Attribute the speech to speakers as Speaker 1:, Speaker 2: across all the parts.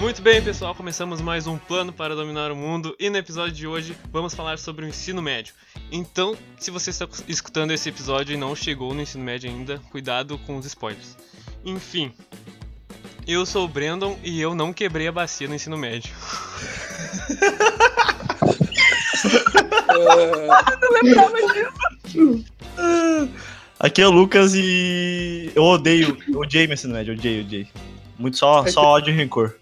Speaker 1: Muito bem, pessoal, começamos mais um plano para dominar o mundo e no episódio de hoje vamos falar sobre o ensino médio. Então, se você está escutando esse episódio e não chegou no ensino médio ainda, cuidado com os spoilers. Enfim, eu sou o Brandon e eu não quebrei a bacia no ensino médio.
Speaker 2: Aqui é o Lucas e eu odeio, eu odiei meu ensino médio, odiei, odiei. Muito só, só ódio e rancor.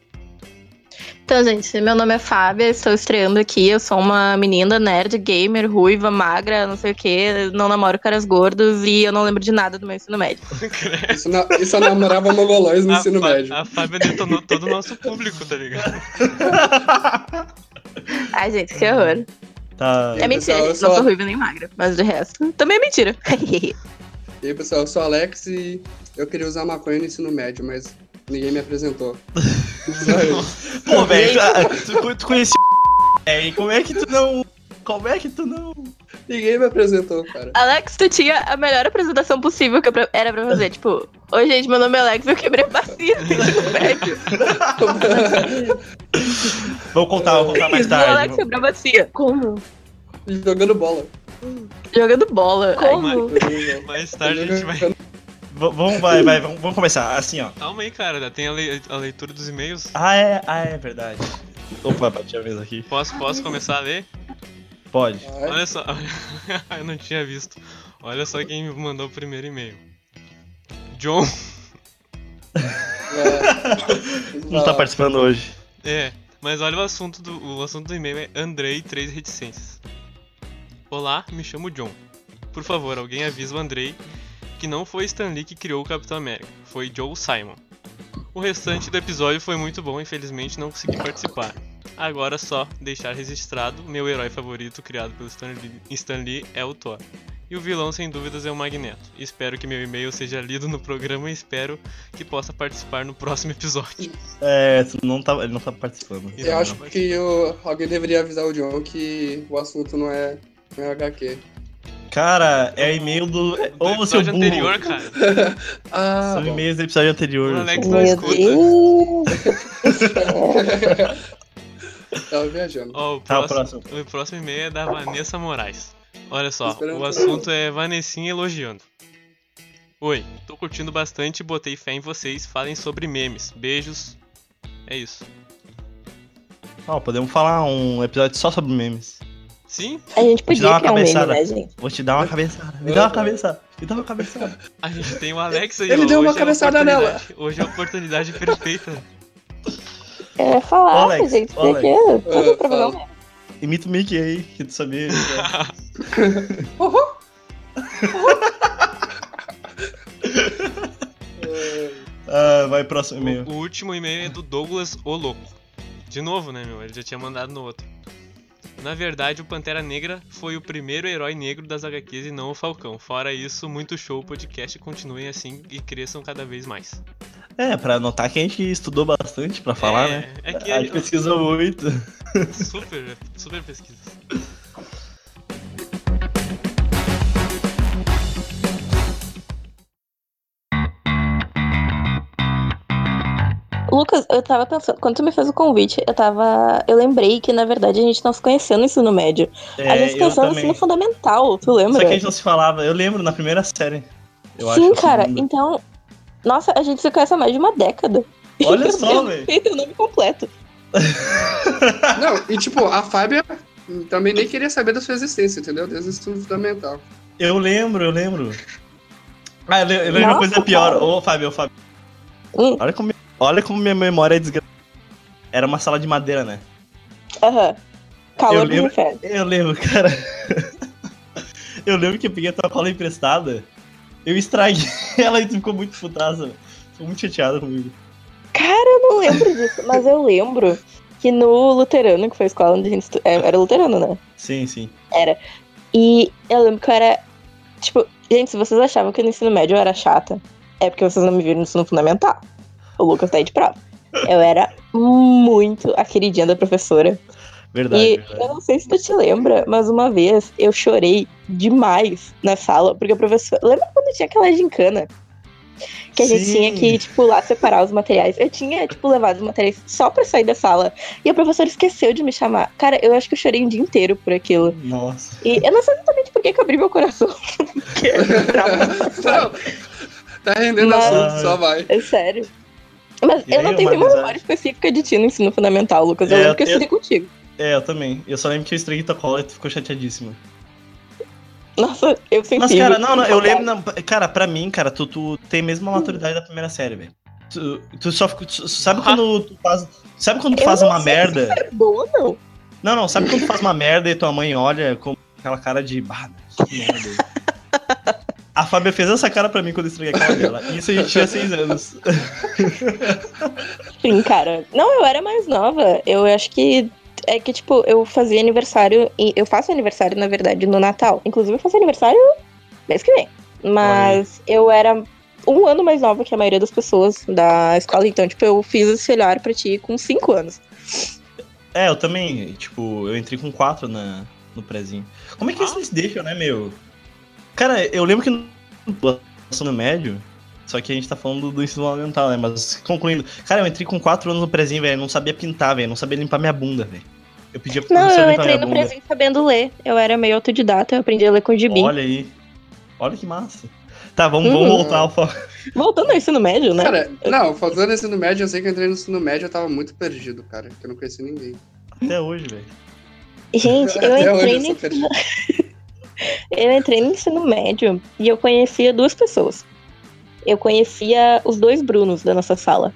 Speaker 3: Então, gente, meu nome é Fábia, estou estreando aqui. Eu sou uma menina nerd, gamer, ruiva, magra, não sei o quê. Não namoro caras gordos e eu não lembro de nada do meu ensino médio.
Speaker 4: Isso, na, isso eu namorava mongolóis no
Speaker 1: a,
Speaker 4: ensino
Speaker 1: Fá-
Speaker 4: médio.
Speaker 1: a Fábia detonou todo o nosso público, tá ligado?
Speaker 3: Ai, gente, que horror.
Speaker 2: Tá.
Speaker 3: É mentira,
Speaker 4: pessoal, eu
Speaker 3: gente, não
Speaker 4: sou-
Speaker 3: sou ruiva nem magra. Mas de resto, também é mentira.
Speaker 4: E aí, pessoal, eu sou o Alex e eu queria usar maconha no ensino médio, mas ninguém me apresentou. Só isso.
Speaker 2: Pô, velho, tu, tu- tu conhecia o é, e como é que tu não. Como é que tu não.
Speaker 4: ninguém me apresentou, cara.
Speaker 3: Alex, tu tinha a melhor apresentação possível que eu pra- era pra fazer. Tipo, oi, gente, meu nome é Alex, eu quebrei a bacia.
Speaker 2: Vou contar, vou contar Tá mais
Speaker 3: Meu Alex
Speaker 2: tarde.
Speaker 3: quebrou a bacia. Como?
Speaker 4: Jogando bola.
Speaker 3: Jogando bola.
Speaker 1: Como?
Speaker 4: Jogando bola.
Speaker 1: Mais tarde a gente vai.
Speaker 2: V- Vamos, vai, vai, vamos, vamos começar. Assim, ó.
Speaker 1: Calma aí, cara, tem a, lei- a leitura dos e-mails.
Speaker 2: Ah, é, ah, é verdade. Opa, bati a mesa aqui.
Speaker 1: Posso, posso começar a ler?
Speaker 2: Pode.
Speaker 4: Ai,
Speaker 1: Olha só, eu não tinha visto. Olha só quem me mandou o primeiro e-mail. John,
Speaker 4: é.
Speaker 2: Não tá participando hoje.
Speaker 1: é, mas olha o assunto do o assunto do e-mail é Andrei três reticências. Olá, me chamo John. Por favor, alguém avisa o Andrei que não foi Stan Lee que criou o Capitão América, foi Joe Simon. O restante do episódio foi muito bom, infelizmente não consegui participar. Agora só deixar registrado, meu herói favorito criado pelo Stan Lee, Stan Lee é o Thor. E o vilão sem dúvidas é o Magneto. Espero que meu e-mail seja lido no programa e espero que possa participar no próximo episódio.
Speaker 2: É, tu não tá, ele não tá participando.
Speaker 4: é, Eu acho
Speaker 2: tá
Speaker 4: que o- alguém deveria avisar o John que o assunto não é, não é HQ.
Speaker 2: Cara, é e-mail do.
Speaker 1: Do
Speaker 2: Ou seu
Speaker 1: episódio
Speaker 2: burro.
Speaker 1: anterior, cara.
Speaker 4: Ah,
Speaker 2: São
Speaker 4: bom.
Speaker 2: e-mails do episódio anterior.
Speaker 1: O Alex não
Speaker 3: Meu
Speaker 1: escuta.
Speaker 3: Deus.
Speaker 4: tava viajando.
Speaker 1: Ó, o
Speaker 2: Tá, o
Speaker 1: próximo,
Speaker 2: próximo.
Speaker 1: o próximo e-mail é da Vanessa Moraes. Olha só,
Speaker 4: Esperando.
Speaker 1: o assunto é Vanessinha elogiando. Oi, tô curtindo bastante, botei fé em vocês, falem sobre memes. Beijos. É isso.
Speaker 2: Ó, podemos falar um episódio só sobre memes.
Speaker 1: Sim,
Speaker 3: A gente
Speaker 2: Vou te dar
Speaker 3: podia
Speaker 2: uma
Speaker 3: criar um meme,
Speaker 2: cabeçada.
Speaker 3: né, gente?
Speaker 2: Vou te dar uma cabeçada. Me dá uma cabeçada. Me dá uma cabeçada.
Speaker 1: a gente tem o Alex aí.
Speaker 4: Ele
Speaker 1: ó,
Speaker 4: deu uma
Speaker 1: hoje é a
Speaker 4: cabeçada nela.
Speaker 1: oportunidade- Hoje é a oportunidade perfeita.
Speaker 3: É falar,
Speaker 2: Alex,
Speaker 3: gente,
Speaker 2: Alex.
Speaker 3: porque é todo
Speaker 4: Ah,
Speaker 3: problema.
Speaker 4: fala.
Speaker 2: Imita o Mickey aí, que tu sabia. Ah, vai, próximo e-mail.
Speaker 1: O, o último e-mail é do Douglas O Louco. De novo, né, meu? Ele já tinha mandado no outro. Na verdade, o Pantera Negra foi o primeiro herói negro das HQs e não o Falcão. Fora isso, muito show o podcast. Continuem assim e cresçam cada vez mais.
Speaker 2: É, pra notar que a gente estudou bastante pra falar,
Speaker 1: é,
Speaker 2: né?
Speaker 1: É que
Speaker 2: A gente
Speaker 1: ele,
Speaker 2: pesquisou muito.
Speaker 1: super, super pesquisa.
Speaker 3: Lucas, eu tava pensando, quando tu me fez o convite, eu tava. Eu lembrei que, na verdade, a gente não se conheceu no ensino médio. a
Speaker 2: É,
Speaker 3: gente se
Speaker 2: eu
Speaker 3: conheceu no
Speaker 2: também.
Speaker 3: ensino
Speaker 2: Só
Speaker 3: fundamental, tu lembra?
Speaker 2: que a gente não se falava. Eu lembro na primeira série. Eu
Speaker 3: Sim,
Speaker 2: acho,
Speaker 3: cara,
Speaker 2: segunda.
Speaker 3: então. Nossa, a gente se conhece há mais de uma década.
Speaker 2: Olha
Speaker 3: Eu
Speaker 2: só,
Speaker 3: nem
Speaker 2: velho.
Speaker 3: sei teu nome completo.
Speaker 4: Não, e tipo, a Fábia também nem queria saber da sua existência, entendeu? Desde o estudo fundamental.
Speaker 2: Eu lembro, eu lembro. Ah, eu le- eu lembro uma
Speaker 3: Nossa,
Speaker 2: coisa pior.
Speaker 3: cara.
Speaker 2: Ô, Fábio, ô, Fábio.
Speaker 3: Hum.
Speaker 2: Olha como, olha como minha memória é desgraçada. Era uma sala de madeira, né?
Speaker 3: Aham.
Speaker 2: Eu
Speaker 3: Calor do
Speaker 2: lembro-
Speaker 3: inferno.
Speaker 2: Eu lembro, cara. Eu lembro que eu peguei a tua cola emprestada, eu estraguei ela e tu ficou muito putaça. Ficou muito chateada comigo.
Speaker 3: Cara, eu não lembro disso, mas eu lembro que no Luterano, que foi a escola onde a gente. estu- é, Era Luterano, né?
Speaker 2: Sim, sim.
Speaker 3: E eu lembro que eu era. Tipo, gente, se vocês achavam que no ensino médio eu era chata, é porque vocês não me viram no ensino fundamental. O Lucas tá aí de prova. Eu era muito a queridinha da professora.
Speaker 2: Verdade.
Speaker 3: e
Speaker 2: verdade.
Speaker 3: eu não sei se tu te lembra, mas uma vez eu chorei demais na sala, porque a professora. Lembra quando tinha aquela gincana? Que a gente
Speaker 2: Sim.
Speaker 3: tinha que, tipo, lá separar os materiais. Eu tinha, tipo, levado os materiais só pra sair da sala. E o professor esqueceu de me chamar. Cara, eu acho que eu chorei o dia inteiro por aquilo.
Speaker 2: Nossa.
Speaker 3: E eu não sei exatamente por que que eu abri meu coração. Porque é eu
Speaker 4: Não, tá rendendo
Speaker 3: Mas-
Speaker 4: assunto, só vai.
Speaker 3: É sério. Mas
Speaker 2: E
Speaker 3: eu
Speaker 2: aí,
Speaker 3: não tenho
Speaker 2: uma
Speaker 3: nenhuma
Speaker 2: amizade?
Speaker 3: memória específica de ti no ensino fundamental, Lucas. Eu
Speaker 2: É,
Speaker 3: lembro que eu
Speaker 2: eu-
Speaker 3: estudei contigo.
Speaker 2: É, eu também. Eu só lembro que eu estraguei tua cola e tu ficou chateadíssima.
Speaker 3: Nossa, eu senti.
Speaker 2: Mas, cara, não, não, eu lembro. não, cara, pra mim, cara, tu, tu tem mesmo a
Speaker 3: Hum.
Speaker 2: maturidade da primeira série, velho. Tu, tu só fica. tu- sabe quando tu faz. Sabe quando tu
Speaker 3: Ah. Eu
Speaker 2: faz
Speaker 3: não
Speaker 2: uma
Speaker 3: sei
Speaker 2: merda?
Speaker 3: É boa, não.
Speaker 2: Não, não, sabe quando tu faz uma merda e tua mãe olha com aquela cara de. Bah, que merda. aí." A Fábia fez essa cara pra mim quando eu estraguei a cara dela. Isso a gente tinha seis anos.
Speaker 3: Sim, cara. Não, eu era mais nova. Eu acho que. É que, tipo, eu fazia aniversário. e Eu faço aniversário, na verdade, no Natal. Inclusive, eu faço aniversário mês que vem. Mas eu era um ano mais nova que a maioria das pessoas da escola. Então, tipo, eu fiz esse olhar pra ti com cinco anos.
Speaker 2: É, eu também, tipo, eu entrei com quatro na, no prezinho. Como é que eles deixam, né, meu? Cara, eu lembro que no ensino médio, só que a gente tá falando do ensino fundamental, né? Mas concluindo, cara, eu entrei com quatro anos no prezinho, velho, não sabia pintar, velho, não sabia limpar minha bunda, velho. Eu pedia pra
Speaker 3: Não,
Speaker 2: professora
Speaker 3: eu
Speaker 2: limpar
Speaker 3: entrei
Speaker 2: minha
Speaker 3: no
Speaker 2: bunda.
Speaker 3: presente sabendo ler. Eu era meio autodidata, eu aprendi a ler com gibi.
Speaker 2: Olha aí. Olha que massa. Tá, vamos, vamos
Speaker 3: Uhum.
Speaker 2: voltar ao foco.
Speaker 3: Voltando ao ensino médio, né?
Speaker 4: Cara, não, faltando ensino médio, eu sei que eu entrei no ensino médio, eu tava muito perdido, cara, porque eu não conheci ninguém.
Speaker 2: Até hoje, velho.
Speaker 3: Gente, eu
Speaker 4: Até hoje
Speaker 3: entrei,
Speaker 4: eu
Speaker 3: no
Speaker 4: sou
Speaker 3: ensino... eu entrei no ensino médio e eu conhecia duas pessoas. Eu conhecia os dois Brunos da nossa sala.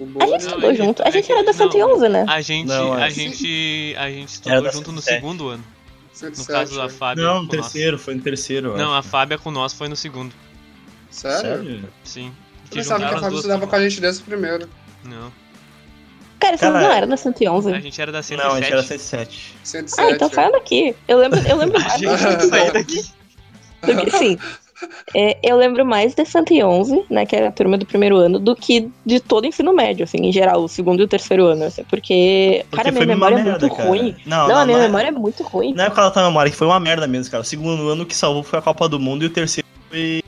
Speaker 4: O
Speaker 3: A
Speaker 4: bom
Speaker 3: gente
Speaker 4: é-
Speaker 1: Não,
Speaker 3: estudou
Speaker 1: é que-
Speaker 3: junto. A
Speaker 1: é
Speaker 3: gente
Speaker 1: que-
Speaker 3: era da
Speaker 1: não.
Speaker 3: 111, né?
Speaker 1: A gente,
Speaker 2: Não,
Speaker 1: a
Speaker 2: é.
Speaker 1: gente, a gente
Speaker 2: Era
Speaker 1: estudou
Speaker 2: da
Speaker 1: junto no
Speaker 2: 107.
Speaker 1: segundo ano. No
Speaker 4: 107,
Speaker 1: caso da Fábia. com
Speaker 2: Não, no
Speaker 1: nós.
Speaker 2: terceiro, foi no terceiro. eu
Speaker 1: Não, a
Speaker 2: acho.
Speaker 1: Fábia com nós foi no segundo.
Speaker 4: Sério?
Speaker 1: Sim.
Speaker 4: Eu pensava que
Speaker 1: juntaram
Speaker 4: a
Speaker 1: as
Speaker 4: Fábio
Speaker 1: duas
Speaker 4: estudava
Speaker 1: turmas.
Speaker 4: com a gente desde o primeiro.
Speaker 1: Não.
Speaker 3: Cara, vocês
Speaker 2: Cara,
Speaker 3: não eram da 111?
Speaker 1: A gente era da 107.
Speaker 2: Não, a gente era 107.
Speaker 4: 107.
Speaker 3: Ah, então
Speaker 4: né?
Speaker 3: fala aqui. Eu lembro, eu lembro
Speaker 1: A
Speaker 3: mais
Speaker 1: gente
Speaker 3: do
Speaker 1: tem que sair daqui.
Speaker 3: do que- sim. É, eu lembro mais da 111, né, que era a turma do primeiro ano, do que de todo o ensino médio, assim, em geral, o segundo e o terceiro ano, assim, porque,
Speaker 2: Porque
Speaker 3: cara, minha
Speaker 2: foi uma
Speaker 3: memória é
Speaker 2: merda,
Speaker 3: muito
Speaker 2: cara.
Speaker 3: ruim.
Speaker 2: Não,
Speaker 3: Não,
Speaker 2: não,
Speaker 3: a minha
Speaker 2: não é-
Speaker 3: memória é muito ruim.
Speaker 2: Não é por causa da tua memória, que foi uma merda mesmo, cara. O segundo ano que salvou foi a Copa do Mundo e o terceiro foi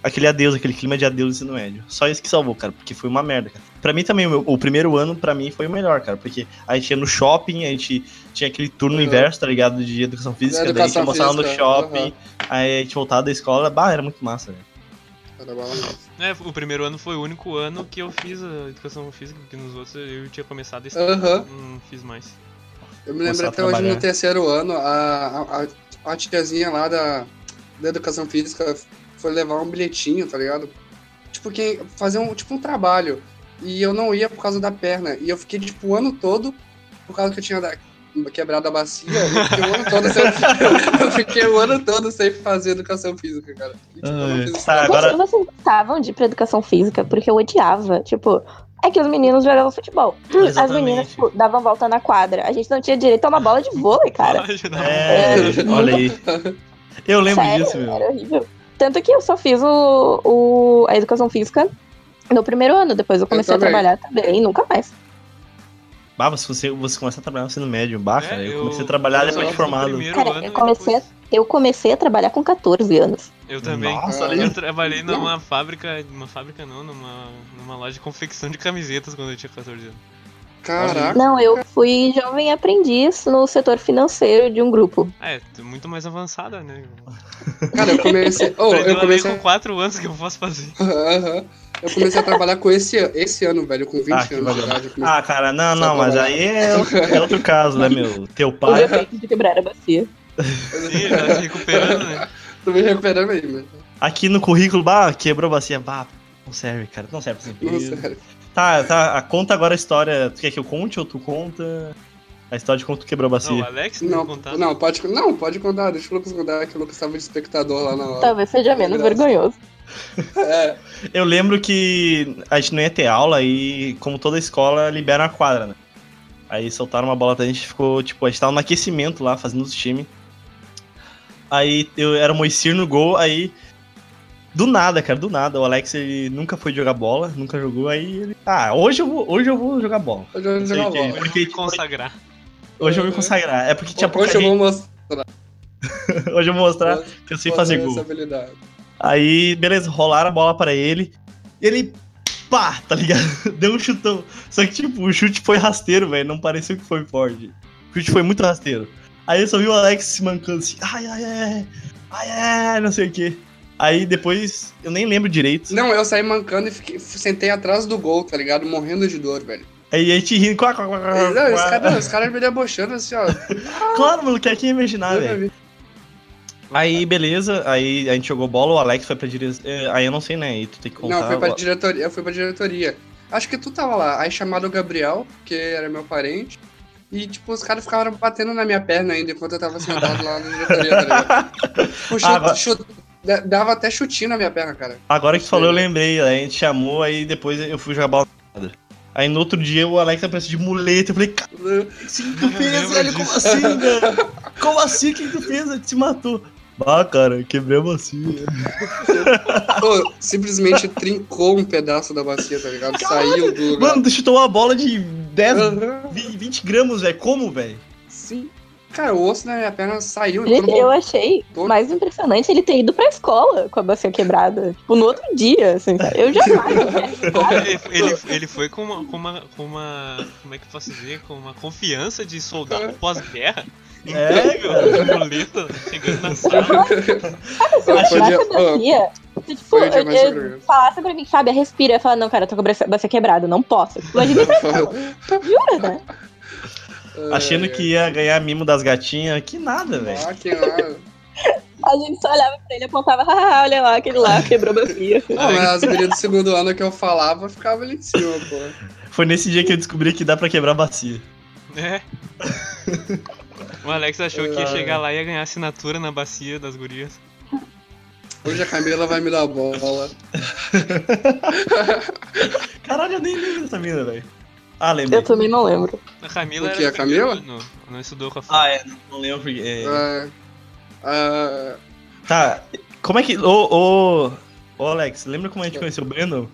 Speaker 2: aquele adeus, aquele clima de adeus do ensino médio. Só isso que salvou, cara, porque foi uma merda, cara. Pra mim também, o, meu- o primeiro ano, pra mim, foi o melhor, cara, porque a gente ia no shopping, a gente tinha aquele turno
Speaker 4: Uhum.
Speaker 2: inverso, tá ligado, de educação física, daí a gente
Speaker 4: educação
Speaker 2: almoçava no
Speaker 4: física,
Speaker 2: shopping,
Speaker 4: uhum.
Speaker 2: aí a gente voltava da escola, bah, era muito massa, velho.
Speaker 4: Era bala mesmo.
Speaker 1: É, o primeiro ano foi o único ano que eu fiz a educação física, porque nos outros eu tinha começado e
Speaker 4: Aham.
Speaker 1: não fiz mais.
Speaker 4: Eu me lembro
Speaker 2: Começar a
Speaker 4: até hoje
Speaker 2: trabalhar.
Speaker 4: no terceiro ano, a, a, a, a tiazinha lá da, da educação física foi levar um bilhetinho, tá ligado? Tipo, quem, fazer um, tipo, um trabalho. E eu não ia por causa da perna. E eu fiquei, tipo, o ano todo, por causa que eu tinha da- quebrado a bacia, eu fiquei o ano todo sem, eu fiquei o ano todo sem fazer educação física, cara. E, tipo, eu não
Speaker 2: Ai,
Speaker 4: fiz isso.
Speaker 2: tá, agora-
Speaker 3: Vocês, vocês gostavam de ir pra educação física, porque eu odiava. Tipo, é que os meninos jogavam futebol. As
Speaker 2: Exatamente.
Speaker 3: meninas, tipo, davam volta na quadra. A gente não tinha direito a uma bola de vôlei, cara.
Speaker 1: Ai, não.
Speaker 2: É, olha aí. Eu lembro
Speaker 3: Sério,
Speaker 2: disso, meu.
Speaker 3: era horrível. Tanto que eu só fiz o, o- a educação física no primeiro ano, depois eu comecei a
Speaker 4: também.
Speaker 3: trabalhar também, nunca mais.
Speaker 2: Bah, você, você, você começa a trabalhar no ensino médio, bah,
Speaker 1: É,
Speaker 2: cara, eu,
Speaker 1: eu-
Speaker 2: comecei a trabalhar
Speaker 4: eu
Speaker 2: depois
Speaker 4: só
Speaker 2: de
Speaker 4: fui
Speaker 2: formado.
Speaker 1: primeiro
Speaker 3: Cara,
Speaker 1: ano
Speaker 3: eu
Speaker 1: e
Speaker 3: comecei,
Speaker 1: depois-
Speaker 3: eu comecei a trabalhar com 14 anos.
Speaker 1: Eu também.
Speaker 2: Nossa,
Speaker 4: olha
Speaker 1: Eu
Speaker 2: olha
Speaker 1: trabalhei numa fábrica, numa fábrica não, numa, numa loja de confecção de camisetas quando eu tinha 14 anos.
Speaker 4: Caraca.
Speaker 3: Não, eu fui jovem aprendiz no setor financeiro de um grupo.
Speaker 1: Ah, é, tu- muito mais avançada, né?
Speaker 4: Cara, eu comecei. Oh,
Speaker 1: Aprendeu
Speaker 4: eu
Speaker 1: a ler
Speaker 4: comecei.
Speaker 1: com 4 anos que eu posso fazer.
Speaker 4: Aham. Eu comecei a trabalhar com esse, esse ano, velho, com 20
Speaker 2: Ah, que
Speaker 4: anos de
Speaker 2: bacana.
Speaker 4: idade. eu comecei-
Speaker 2: Ah, cara, não, não,
Speaker 4: Só
Speaker 2: mas
Speaker 4: trabalhar.
Speaker 2: aí é outro, é outro caso, né, meu? Teu
Speaker 3: Os
Speaker 2: pai.
Speaker 3: efeitos de quebrar a bacia.
Speaker 1: Sim, já se recuperando, né?
Speaker 4: Tô me recuperando aí, mano.
Speaker 2: Aqui no currículo, bah, quebrou a bacia. Bah, não serve, cara. Não serve pra esse
Speaker 4: Não,
Speaker 2: emprego.
Speaker 4: sério.
Speaker 2: Tá, tá. a- Conta agora a história. Tu quer que eu conte ou tu conta? A história de quando tu quebrou a
Speaker 1: Não, o
Speaker 2: bacia.
Speaker 1: Alex não,
Speaker 4: Não,
Speaker 1: contar.
Speaker 4: não, pode, não, pode contar, deixa o Lucas contar que o Lucas tava de espectador lá na hora.
Speaker 3: Talvez seja menos
Speaker 4: Graças.
Speaker 3: vergonhoso.
Speaker 4: É,
Speaker 2: Eu lembro que a gente não ia ter aula e, como toda escola, libera a quadra, né? Aí soltaram uma bola pra gente, ficou, tipo, a gente tava no aquecimento lá, fazendo os times. Aí eu era o Moicir no gol, aí. Do nada, cara, do nada. O Alex ele nunca foi jogar bola, nunca jogou, aí ele. Ah, hoje eu vou, hoje eu vou jogar bola.
Speaker 4: hoje eu vou
Speaker 2: Sei
Speaker 4: jogar
Speaker 2: que-
Speaker 4: bola.
Speaker 1: Hoje eu
Speaker 2: porque,
Speaker 1: vou me
Speaker 2: tipo,
Speaker 1: consagrar.
Speaker 2: Hoje eu vou me consagrar. É porque tinha pouca
Speaker 4: Hoje eu
Speaker 2: gente.
Speaker 4: vou mostrar.
Speaker 2: Hoje eu vou mostrar
Speaker 4: Hoje
Speaker 2: que eu sei fazer
Speaker 4: eu vou mostrar essa
Speaker 2: gol.
Speaker 4: habilidade.
Speaker 2: Aí, beleza, rolaram a bola pra ele. Ele, pá, tá ligado? Deu um chutão. Só que, tipo, o chute foi rasteiro, velho. Não pareceu que foi forte. O chute foi muito rasteiro. Aí eu só vi o Alex se mancando assim, ai, ai, ai, ai, ai, não sei o quê. Aí depois, eu nem lembro direito.
Speaker 4: Não, eu saí mancando e fiquei- sentei atrás do gol, tá ligado? Morrendo de dor, velho.
Speaker 2: Aí a gente rindo, quá, quá, quá, quá,
Speaker 4: Não, é os
Speaker 2: quá.
Speaker 4: caras os caras me debochando assim, ó.
Speaker 2: Claro, maluco, é quem imaginar,
Speaker 4: Nada a
Speaker 2: velho.
Speaker 4: ver.
Speaker 2: Aí, beleza, aí a gente jogou bola, o Alex foi pra direção. Aí eu não sei, né? Aí tu tem que contar.
Speaker 4: Não, foi pra
Speaker 2: ó.
Speaker 4: diretoria, eu fui pra diretoria. Acho que tu tava lá. Aí chamaram o Gabriel, que era meu parente. E, tipo, os caras ficaram batendo na minha perna ainda enquanto eu tava sentado lá na diretoria, tá ligado? Tipo, chute-
Speaker 2: Ah, Agora-
Speaker 4: chute- da- dava até chutinho na minha perna, cara.
Speaker 2: Agora que tu falou, eu lembrei. Aí a gente chamou, aí depois eu fui jogar bola na quadra. Aí no outro dia o Alex apareceu de muleta. Eu falei, cara, o que tu fez,
Speaker 1: lembro
Speaker 2: velho? Como
Speaker 1: disso.
Speaker 2: assim, velho? Como assim? O que tu fez? Ele te matou. Ah, cara, quebramos assim.
Speaker 4: Pô, simplesmente trincou um pedaço da bacia, tá ligado? Saiu do lugar.
Speaker 2: Mano, é tu chutou uma bola de 10,
Speaker 4: Aham,
Speaker 2: vi- 20 gramas, velho. Como, velho?
Speaker 4: Sim. Cara, o osso na minha perna saiu.
Speaker 3: Gente,
Speaker 4: quando
Speaker 3: eu achei
Speaker 4: Todo-
Speaker 3: mais impressionante ele ter ido pra escola com a bacia quebrada. Tipo, no outro dia, assim, sabe? Eu jamais.
Speaker 1: Ele, ele, ele foi com uma, com, uma, com uma. Como é que eu posso dizer? Com uma confiança de
Speaker 4: É.
Speaker 1: soldado pós-guerra. Incrível!
Speaker 2: "É, cara.
Speaker 1: Boleta chegando na sala.
Speaker 3: Se eu
Speaker 4: Foi
Speaker 3: quebrasse
Speaker 4: dia-
Speaker 3: a bacia, se, tipo,
Speaker 4: foi o dia
Speaker 3: eu,
Speaker 4: mais
Speaker 3: eu
Speaker 4: horrível.
Speaker 3: falasse pra mim, sabe, respira, eu falar, não, cara, eu tô com a bacia- bacia quebrada, não posso. Imagina pra jura, né?
Speaker 2: Achando que ia ganhar mimo das gatinhas. Que nada, velho.
Speaker 4: Ah, que nada.
Speaker 3: A gente só olhava pra ele e apontava, haha, olha lá, aquele lá quebrou a bacia.
Speaker 4: Não, mas as gurias do segundo ano que eu falava ficava ali em cima, pô.
Speaker 2: Foi nesse dia que eu descobri que dá pra quebrar a bacia.
Speaker 1: É. O Alex achou que ia
Speaker 4: É.
Speaker 2: Ah.
Speaker 1: chegar lá e ia ganhar assinatura na bacia das gurias.
Speaker 4: Hoje a Camila vai me dar bola.
Speaker 2: Caralho, eu nem lembro dessa mina, velho. Ah, lembrei.
Speaker 3: Eu também não lembro.
Speaker 1: A Camila
Speaker 4: O
Speaker 1: era
Speaker 4: quê?
Speaker 1: do
Speaker 4: A Camila?
Speaker 1: primeiro ano, Não estudou com a Fran.
Speaker 2: Ah, é, não, não lembro porque. é.
Speaker 4: Ah, ah,
Speaker 2: Tá, como é que. Ô, ô. Ô, Alex, lembra como a gente conheceu o Brandon?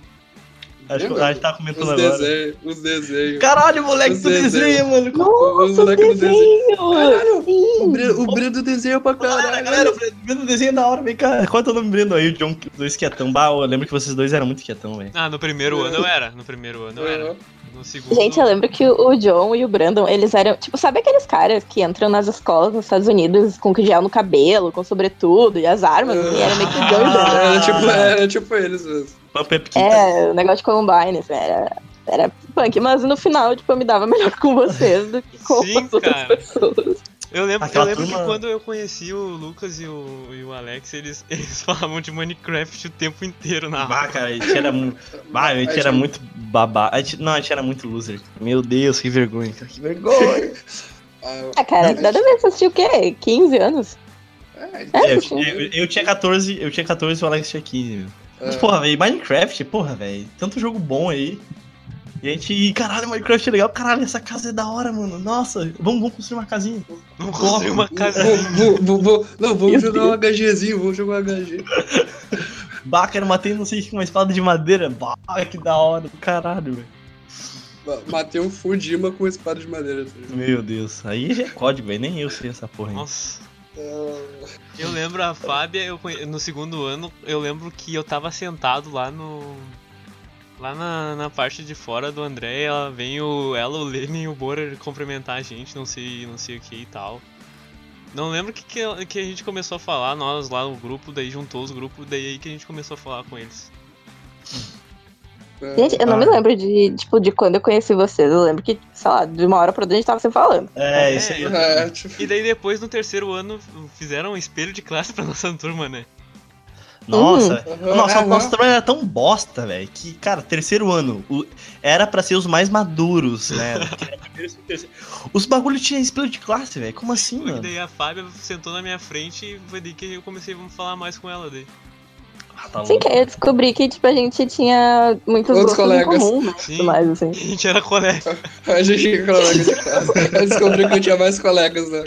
Speaker 2: Acho que
Speaker 4: lembra?
Speaker 2: a gente tava comentando
Speaker 4: os
Speaker 2: agora.
Speaker 4: desenhos, os desenhos.
Speaker 2: Caralho, moleque,
Speaker 4: Os
Speaker 2: tu desenha,
Speaker 4: desenhos.
Speaker 2: mano.
Speaker 4: Os
Speaker 3: Nossa, o
Speaker 4: moleque no desenho.
Speaker 3: desenho!
Speaker 4: Caralho, O
Speaker 3: Sim.
Speaker 4: Breno, o Breno desenha pra
Speaker 2: Caralho,
Speaker 4: caralho.
Speaker 2: é galera, o Brandon desenha da hora, vem cá. Qual é o teu nome, Brandon? Aí o John, os dois quietão. Bah, eu lembro que vocês dois eram muito quietão, velho.
Speaker 3: é.
Speaker 1: Ah, no primeiro ano eu era. No primeiro ano eu era. No segundo.
Speaker 3: Gente, eu lembro que o John e o Brandon, eles eram, tipo, sabe aqueles caras que entram nas escolas nos Estados Unidos com que gel no cabelo, com sobretudo e as armas, assim, era meio que o John e o Brandon.
Speaker 4: Ah, Era tipo, era tipo eles mesmo.
Speaker 2: Pump up Kids.
Speaker 3: É, o negócio de Columbine, assim, era, era punk, mas no final, tipo, eu me dava melhor com vocês do que com
Speaker 1: Sim,
Speaker 3: as outras
Speaker 1: cara.
Speaker 3: pessoas.
Speaker 1: Eu lembro, eu
Speaker 2: Aquela
Speaker 1: lembro que
Speaker 2: turma-
Speaker 1: quando eu conheci o Lucas e o, e o Alex, eles, eles falavam de Minecraft o tempo inteiro na aula.
Speaker 2: Bah, cara, a gente era, mu- bah, a gente
Speaker 4: Aí,
Speaker 2: era
Speaker 4: tipo,
Speaker 2: muito babá. a gente- Não, a gente era muito loser. Meu Deus, que vergonha, cara. Que vergonha.
Speaker 4: ah,
Speaker 3: Ah,
Speaker 2: É.
Speaker 3: cara,
Speaker 4: Não,
Speaker 3: nada mais assistiu o quê? 15 anos?
Speaker 4: é,
Speaker 2: É,
Speaker 3: É,
Speaker 2: eu,
Speaker 3: sim.
Speaker 2: eu- eu tinha 14, eu tinha 14 e o Alex tinha 15, meu. Mas,
Speaker 4: ah,
Speaker 2: porra, velho, Minecraft, porra, velho. Tanto jogo bom aí. E a gente, e, caralho, Minecraft é legal. Caralho, essa casa é da hora, mano. Nossa, vamos, vamos construir uma casinha.
Speaker 1: Não construí uma casinha.
Speaker 4: vou- vou- vou- Não,
Speaker 3: Meu
Speaker 4: vamos jogar um HGzinho, vamos jogar um HG.
Speaker 2: Bah, quero matei não sei o que, uma espada de madeira. Bah, que da hora. Caralho, velho.
Speaker 4: Ma- Matei um Fudima com espada de madeira. tá ligado?
Speaker 2: Meu Deus, aí já é código, velho. Nem eu sei essa porra ainda.
Speaker 1: Nossa.
Speaker 4: Ah,
Speaker 1: Eu lembro a Fábia, eu conhe- no segundo ano, eu lembro que eu tava sentado lá no. Lá na, na parte de fora do André, ela vem o. Ela, o Lenny e o Borer cumprimentar a gente, não sei, não sei o que e tal. Não lembro o que, que, ela- que a gente começou a falar, nós lá no grupo, daí juntou os grupos, daí aí que a gente começou a falar com eles.
Speaker 4: ah,
Speaker 3: Gente, eu não me
Speaker 2: Ah.
Speaker 3: lembro de, tipo, de quando eu conheci vocês. Eu lembro que, sei lá, de uma hora pra outra a gente tava se falando.
Speaker 2: É, isso aí.
Speaker 4: é, tipo,
Speaker 1: E daí depois, no terceiro ano, fizeram um espelho de classe pra nossa turma, né?
Speaker 2: Nossa,
Speaker 4: Uhum.
Speaker 2: nossa,
Speaker 4: Uhum.
Speaker 2: nosso trabalho era tão bosta, velho, que, cara, terceiro ano, o- era pra ser os mais maduros, né? Era primeiro, segundo, terceiro. Os bagulho tinha espelho de classe, velho, como assim,
Speaker 1: E
Speaker 2: mano?
Speaker 1: daí a Fábia sentou na minha frente e foi daí que eu comecei a falar mais com ela daí.
Speaker 2: Ah, tá
Speaker 3: Sim,
Speaker 2: louco.
Speaker 3: que aí eu descobri que, tipo, a gente tinha muitos
Speaker 4: Outros
Speaker 3: gostos
Speaker 4: colegas.
Speaker 3: em comum, né?
Speaker 1: Sim.
Speaker 3: Tudo mais, assim.
Speaker 1: A gente era colega.
Speaker 4: A gente tinha colegas de classe. Eu descobri que eu tinha mais colegas, né?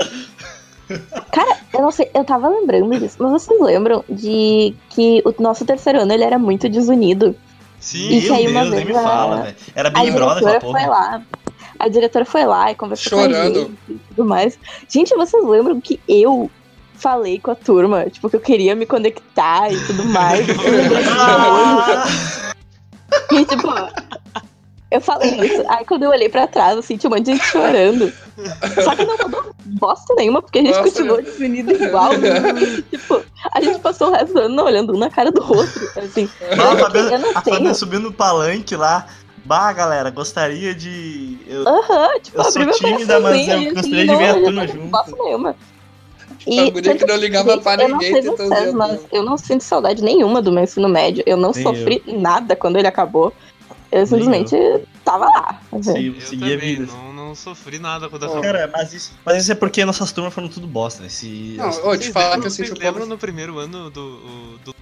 Speaker 3: Eu não sei, eu tava lembrando disso, mas vocês lembram de que o nosso terceiro ano ele era muito desunido?
Speaker 1: Sim,
Speaker 2: Meu
Speaker 3: E que aí uma
Speaker 2: Deus, nem me
Speaker 3: vez a-
Speaker 2: fala, velho. Era
Speaker 3: A
Speaker 2: Big Brother um.
Speaker 3: diretora
Speaker 2: essa
Speaker 3: foi
Speaker 2: porra.
Speaker 3: lá. A diretora foi lá e conversou
Speaker 4: Chorando.
Speaker 3: com a gente e tudo mais. Gente, vocês lembram que eu falei com a turma, tipo, que eu queria me conectar e tudo mais. Eu lembrei de
Speaker 2: Ah!
Speaker 3: E, tipo, eu falei isso. Aí quando eu olhei pra trás, assim, tinha um monte de gente chorando. Só que não mudou bosta nenhuma, porque a gente
Speaker 4: Nossa,
Speaker 3: continuou desunido igual. né? Tipo, a gente passou o resto do ano olhando um na cara do outro. Assim,
Speaker 2: Ah, a
Speaker 3: eu
Speaker 2: Fabiana,
Speaker 3: não
Speaker 2: a
Speaker 3: tenho.
Speaker 2: Fabiana subindo no palanque lá. Bah, galera, gostaria de. Eu,
Speaker 3: Aham, tipo,
Speaker 2: Eu sou
Speaker 3: abri meu
Speaker 2: tímida, mas é
Speaker 3: coraçãozinho,
Speaker 2: eu
Speaker 3: e, assim,
Speaker 2: gostaria de ver a
Speaker 3: não,
Speaker 2: turma
Speaker 3: não
Speaker 2: junto.
Speaker 3: Bosta nenhuma.
Speaker 4: Tipo, a guria que não ligava
Speaker 3: gente,
Speaker 4: pra
Speaker 3: eu não
Speaker 4: ninguém,
Speaker 3: sei
Speaker 4: tentando
Speaker 3: vocês,
Speaker 4: ver a
Speaker 3: mas eu não sinto saudade nenhuma do meu ensino médio. Eu não
Speaker 2: Nem
Speaker 3: sofri nada quando ele acabou. Eu simplesmente tava lá. assim.
Speaker 2: se-
Speaker 1: Eu
Speaker 2: seguir a
Speaker 1: também,
Speaker 2: vida.
Speaker 1: não, não sofri nada quando
Speaker 4: Ó,
Speaker 1: acabou.
Speaker 2: Cara, mas isso, mas isso é porque nossas turmas foram tudo bosta. né? Esse,
Speaker 4: Não,
Speaker 2: as-
Speaker 4: eu te falar que eu
Speaker 1: Vocês
Speaker 4: senti o
Speaker 1: lembram
Speaker 4: povo.
Speaker 1: no primeiro ano do, o- do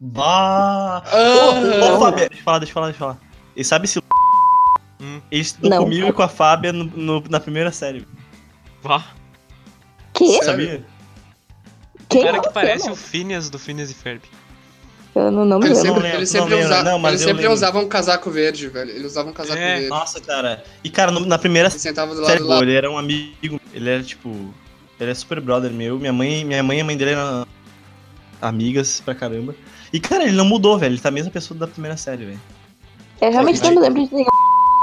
Speaker 2: Bah! Ô,
Speaker 4: Ah,
Speaker 2: Fábio, deixa eu falar, deixa eu falar, deixa eu falar. E sabe se.
Speaker 1: Hum.
Speaker 2: Ele estudou
Speaker 3: Não.
Speaker 2: comigo e com a Fábia no- no- na primeira série.
Speaker 1: Vá?
Speaker 3: Que?
Speaker 4: Sério?
Speaker 2: Sabia?
Speaker 1: O
Speaker 3: Quem
Speaker 1: cara que
Speaker 3: você,
Speaker 1: parece
Speaker 3: mano?
Speaker 1: o Phineas do Phineas e Ferb.
Speaker 3: Eu não, não me
Speaker 4: Ele
Speaker 2: não
Speaker 3: lembro.
Speaker 4: sempre,
Speaker 2: lembro,
Speaker 4: ele sempre,
Speaker 2: não lembro.
Speaker 4: usa-
Speaker 2: Não, mas
Speaker 4: ele
Speaker 2: eu
Speaker 4: sempre
Speaker 2: lembro.
Speaker 4: usava um casaco verde, velho. Ele usava um casaco
Speaker 1: É.
Speaker 4: verde.
Speaker 2: Nossa, cara. E, cara, no- na primeira
Speaker 4: Ele sentava do lado
Speaker 2: série,
Speaker 4: do
Speaker 2: pô,
Speaker 4: lado.
Speaker 2: ele era um amigo. Ele era tipo. Ele é super brother meu. Minha mãe, minha mãe e a mãe dele eram amigas pra caramba. E, cara, ele não mudou, velho. Ele tá a mesma pessoa da primeira série, velho.
Speaker 3: Eu realmente não me lembro de nenhum,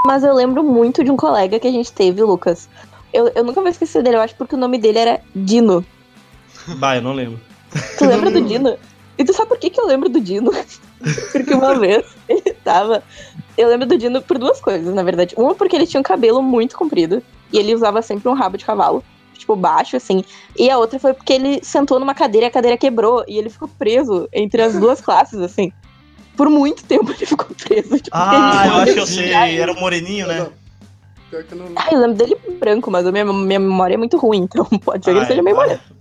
Speaker 3: mas eu lembro muito de um colega que a gente teve, Lucas. Eu, eu nunca vou esquecer dele, eu acho porque o nome dele era Dino.
Speaker 2: Bah, eu não lembro.
Speaker 3: Tu lembra do Dino? E tu sabe por que, que eu lembro do Dino? Porque uma vez ele tava. Eu lembro do Dino por duas coisas, na verdade. Uma, porque ele tinha um cabelo muito comprido e ele usava sempre um rabo de cavalo, tipo, baixo, assim. E a outra foi porque ele sentou numa cadeira e a cadeira quebrou e ele ficou preso entre as duas classes, assim. Por muito tempo ele ficou preso. Tipo, porque a gente
Speaker 2: Ah, eu
Speaker 3: não
Speaker 2: acho que eu
Speaker 3: conseguia
Speaker 2: sei.
Speaker 3: ele.
Speaker 2: Era o Moreninho, né?
Speaker 4: Pior que eu não.
Speaker 3: Ah, eu lembro dele branco, mas a minha, minha memória é muito ruim, então pode ser que ele
Speaker 2: Ah,
Speaker 3: seja meio
Speaker 2: é.
Speaker 3: molhado.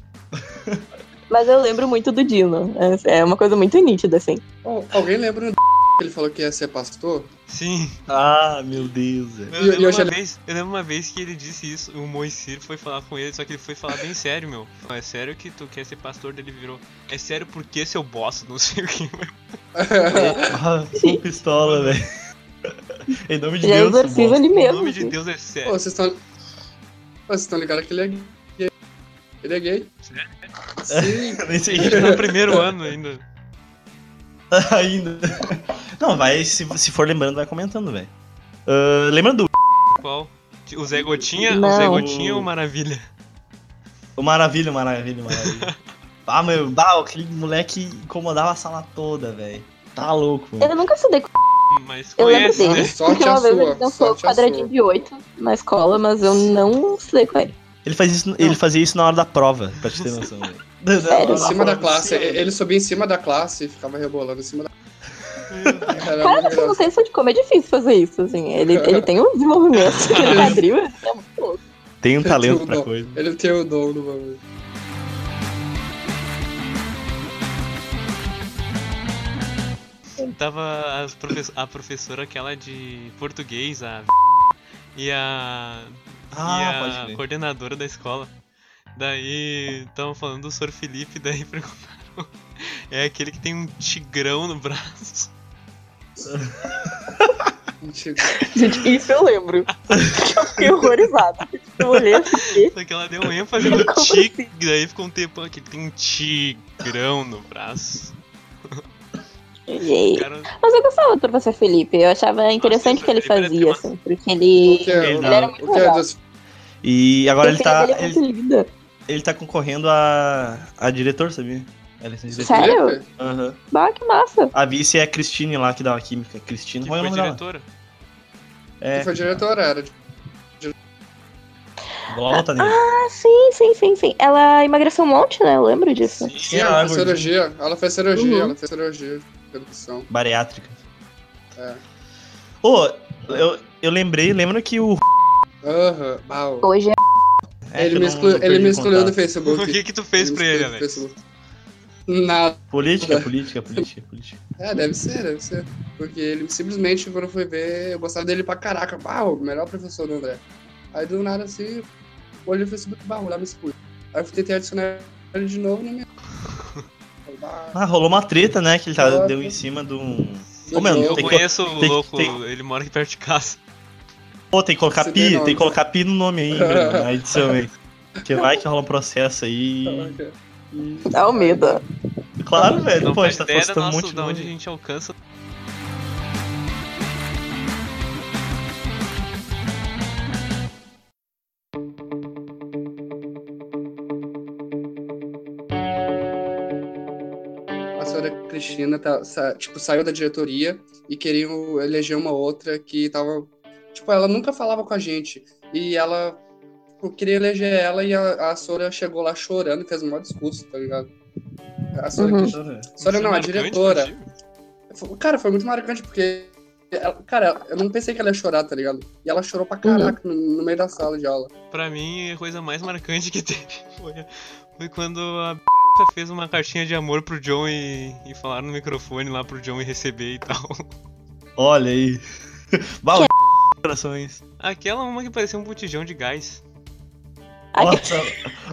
Speaker 3: Mas eu lembro muito do Dino. É é uma coisa muito nítida, assim.
Speaker 4: Al- Alguém lembra do que ele falou que ia ser pastor?
Speaker 1: Sim.
Speaker 2: Ah, meu Deus, velho.
Speaker 1: Eu,
Speaker 4: E- e
Speaker 1: lembro
Speaker 4: eu
Speaker 1: uma
Speaker 4: já-
Speaker 1: vez, eu lembro uma vez que ele disse isso, o Moicir foi falar com ele, só que ele foi falar bem sério, meu. Não, é sério que tu quer ser pastor dele virou. É sério porque seu boss, não sei o que.
Speaker 2: Ah, sou pistola, velho. em nome de
Speaker 3: Já é
Speaker 2: Deus,
Speaker 3: exorciza
Speaker 2: bosta.
Speaker 3: ele
Speaker 1: O
Speaker 3: mesmo.
Speaker 1: nome de
Speaker 3: assim.
Speaker 1: Deus é
Speaker 4: Pô,
Speaker 1: sério.
Speaker 4: vocês estão. Vocês estão ligados que ele é gay. Ele é gay?
Speaker 1: Sério?
Speaker 4: Sim.
Speaker 3: né?
Speaker 2: Nem sei
Speaker 1: Ele tá no primeiro ano ainda.
Speaker 2: ainda. Não, vai, se, se for lembrando, vai comentando, velho. Ah, lembra do
Speaker 1: Qual? O Zé Gotinha, o
Speaker 3: Não.
Speaker 1: Zé Gotinha ou o Maravilha?
Speaker 2: o Maravilha, Maravilha, Maravilha. ah, meu, bah, aquele moleque incomodava a sala toda, velho. Tá louco, mano.
Speaker 3: Eu nunca estudei com
Speaker 1: Mas
Speaker 3: Eu lembro
Speaker 1: conhece, né?
Speaker 3: dele.
Speaker 4: Sorte
Speaker 3: porque
Speaker 4: a
Speaker 3: uma vez ele
Speaker 4: sua.
Speaker 3: dançou
Speaker 4: Sorte a
Speaker 3: quadradinho
Speaker 4: sua.
Speaker 3: de 8 na escola, mas eu não estudei com ele.
Speaker 2: Ele, faz isso, ele fazia isso na hora da prova, pra te ter noção, velho.
Speaker 3: Sério?
Speaker 4: Em cima da classe. Ele subia em cima da classe e ficava rebolando em cima da Era
Speaker 3: Cara,
Speaker 4: muito
Speaker 3: eu não
Speaker 4: engraçado.
Speaker 3: sei se de como é difícil fazer isso, assim. Ele, ele tem um desenvolvimento que ele quadril, é muito louco.
Speaker 2: Tem um talento pra
Speaker 4: Não.
Speaker 2: coisa.
Speaker 4: Ele tem o dom do bagulho.
Speaker 1: Tava as profe- a professora aquela de português, a e a
Speaker 2: Ah,
Speaker 1: e a
Speaker 2: pode crer.
Speaker 1: coordenadora da escola. Daí estavam falando do Sr. Felipe, daí perguntaram. É aquele que tem um tigrão no braço.
Speaker 4: Mentira.
Speaker 3: Gente, isso eu lembro. Eu fiquei horrorizada. Tipo, eu olhei assim.
Speaker 1: Só que ela deu um ênfase no
Speaker 3: Como
Speaker 1: tigre, daí ficou um tempo aqui, tem um tigrão no braço.
Speaker 3: Gente.
Speaker 1: Cara,
Speaker 3: Mas é eu gostava do professor Felipe. Eu achava interessante o que ele
Speaker 1: Felipe era
Speaker 4: é
Speaker 3: fazia,
Speaker 1: massa.
Speaker 3: assim. Porque ele.
Speaker 4: O que é,
Speaker 2: Ele
Speaker 4: o,
Speaker 2: era
Speaker 4: o
Speaker 3: muito
Speaker 4: que é
Speaker 3: legal.
Speaker 4: dos-
Speaker 2: E agora ele
Speaker 3: a filha
Speaker 2: tá,
Speaker 3: dele é
Speaker 2: ele,
Speaker 3: muito linda.
Speaker 2: ele tá concorrendo a, a diretor, sabia? Ela é diretor.
Speaker 3: Sério?
Speaker 2: Aham.
Speaker 3: Bah, que massa.
Speaker 2: A vice é a Cristine lá, que dá a química. Cristine,
Speaker 1: que
Speaker 2: qual é o
Speaker 1: foi
Speaker 2: nome dela?
Speaker 1: diretora?
Speaker 2: É,
Speaker 4: Que foi diretora, era.
Speaker 2: vou lá voltar nele.
Speaker 3: Ah, sim, sim, sim, sim. Ela emagreceu um monte, né? Eu lembro disso.
Speaker 1: Sim,
Speaker 4: Sim, ela
Speaker 2: ela
Speaker 4: fez
Speaker 2: é gordinha.
Speaker 4: cirurgia. Ela fez cirurgia,
Speaker 3: Uhum.
Speaker 4: ela fez cirurgia. Redução.
Speaker 2: Bariátrica.
Speaker 4: É.
Speaker 2: Ô, eu, eu lembrei, lembra que o...
Speaker 4: Aham. Au.
Speaker 2: um
Speaker 3: Hoje é.
Speaker 2: É, que
Speaker 4: ele
Speaker 2: eu
Speaker 4: me,
Speaker 2: não-
Speaker 4: exclu-
Speaker 2: não
Speaker 4: ele
Speaker 2: perdi
Speaker 4: me
Speaker 2: o
Speaker 4: excluiu do
Speaker 2: contato.
Speaker 4: Facebook.
Speaker 1: O que que tu fez
Speaker 4: Ele me
Speaker 1: pra
Speaker 4: excluiu
Speaker 1: ele,
Speaker 4: do
Speaker 1: Alex?
Speaker 4: Facebook. Nada.
Speaker 2: Política, política, política, política.
Speaker 4: É, deve ser, deve ser. Porque ele simplesmente, quando foi ver, eu gostava dele pra caraca. Ah, o melhor professor do André. Aí do nada assim, olhei no Facebook, bah, lá me exclui. Aí eu fui tentar adicionar ele de novo na minha. Bah,
Speaker 2: Ah, rolou uma treta, né, que ele tava,
Speaker 4: Nossa.
Speaker 2: deu em cima de um...
Speaker 4: de
Speaker 2: Ô, meu,
Speaker 4: novo.
Speaker 1: Eu
Speaker 2: tem que-
Speaker 1: conheço o
Speaker 2: tem que-
Speaker 1: louco,
Speaker 2: tem-
Speaker 1: ele mora aqui perto de casa.
Speaker 2: Pô, tem que colocar
Speaker 4: Você
Speaker 2: pi,
Speaker 4: tem nome.
Speaker 2: tem que colocar pi no nome aí, Bruno, na edição aí. Que vai que rola um processo
Speaker 4: Tá
Speaker 2: aí.
Speaker 3: Dá o medo.
Speaker 2: Claro, velho.
Speaker 1: Não
Speaker 2: Pô, a
Speaker 1: faz
Speaker 2: gente tá
Speaker 1: ideia da
Speaker 2: postando um
Speaker 1: nossa-
Speaker 2: monte
Speaker 1: da onde a
Speaker 2: de.
Speaker 1: gente alcança.
Speaker 4: A senhora Cristina tá, sa- tipo, saiu da diretoria e queriam eleger uma outra que tava. Tipo, ela nunca falava com a gente. E ela tipo, queria eleger ela e a, a Sora chegou lá chorando, fez um maior discurso, tá ligado? A Sora,
Speaker 3: Uhum.
Speaker 4: Sora
Speaker 1: Isso é
Speaker 4: não, a
Speaker 1: marcante, tipo,
Speaker 4: diretora.
Speaker 1: inclusive.
Speaker 4: Foi- Cara, foi muito marcante, porque. ela- Cara, eu não pensei que ela ia chorar, tá ligado? E ela chorou pra caraca no, no meio da sala de aula.
Speaker 1: Pra mim, a coisa mais marcante que teve foi, foi quando a b****** fez uma cartinha de amor pro John e, e falaram no microfone lá pro John e receber e tal.
Speaker 2: Olha aí. Bala
Speaker 4: é?
Speaker 2: corações.
Speaker 1: Aquela uma que parecia um botijão de gás.
Speaker 3: Aqui,
Speaker 2: Nossa.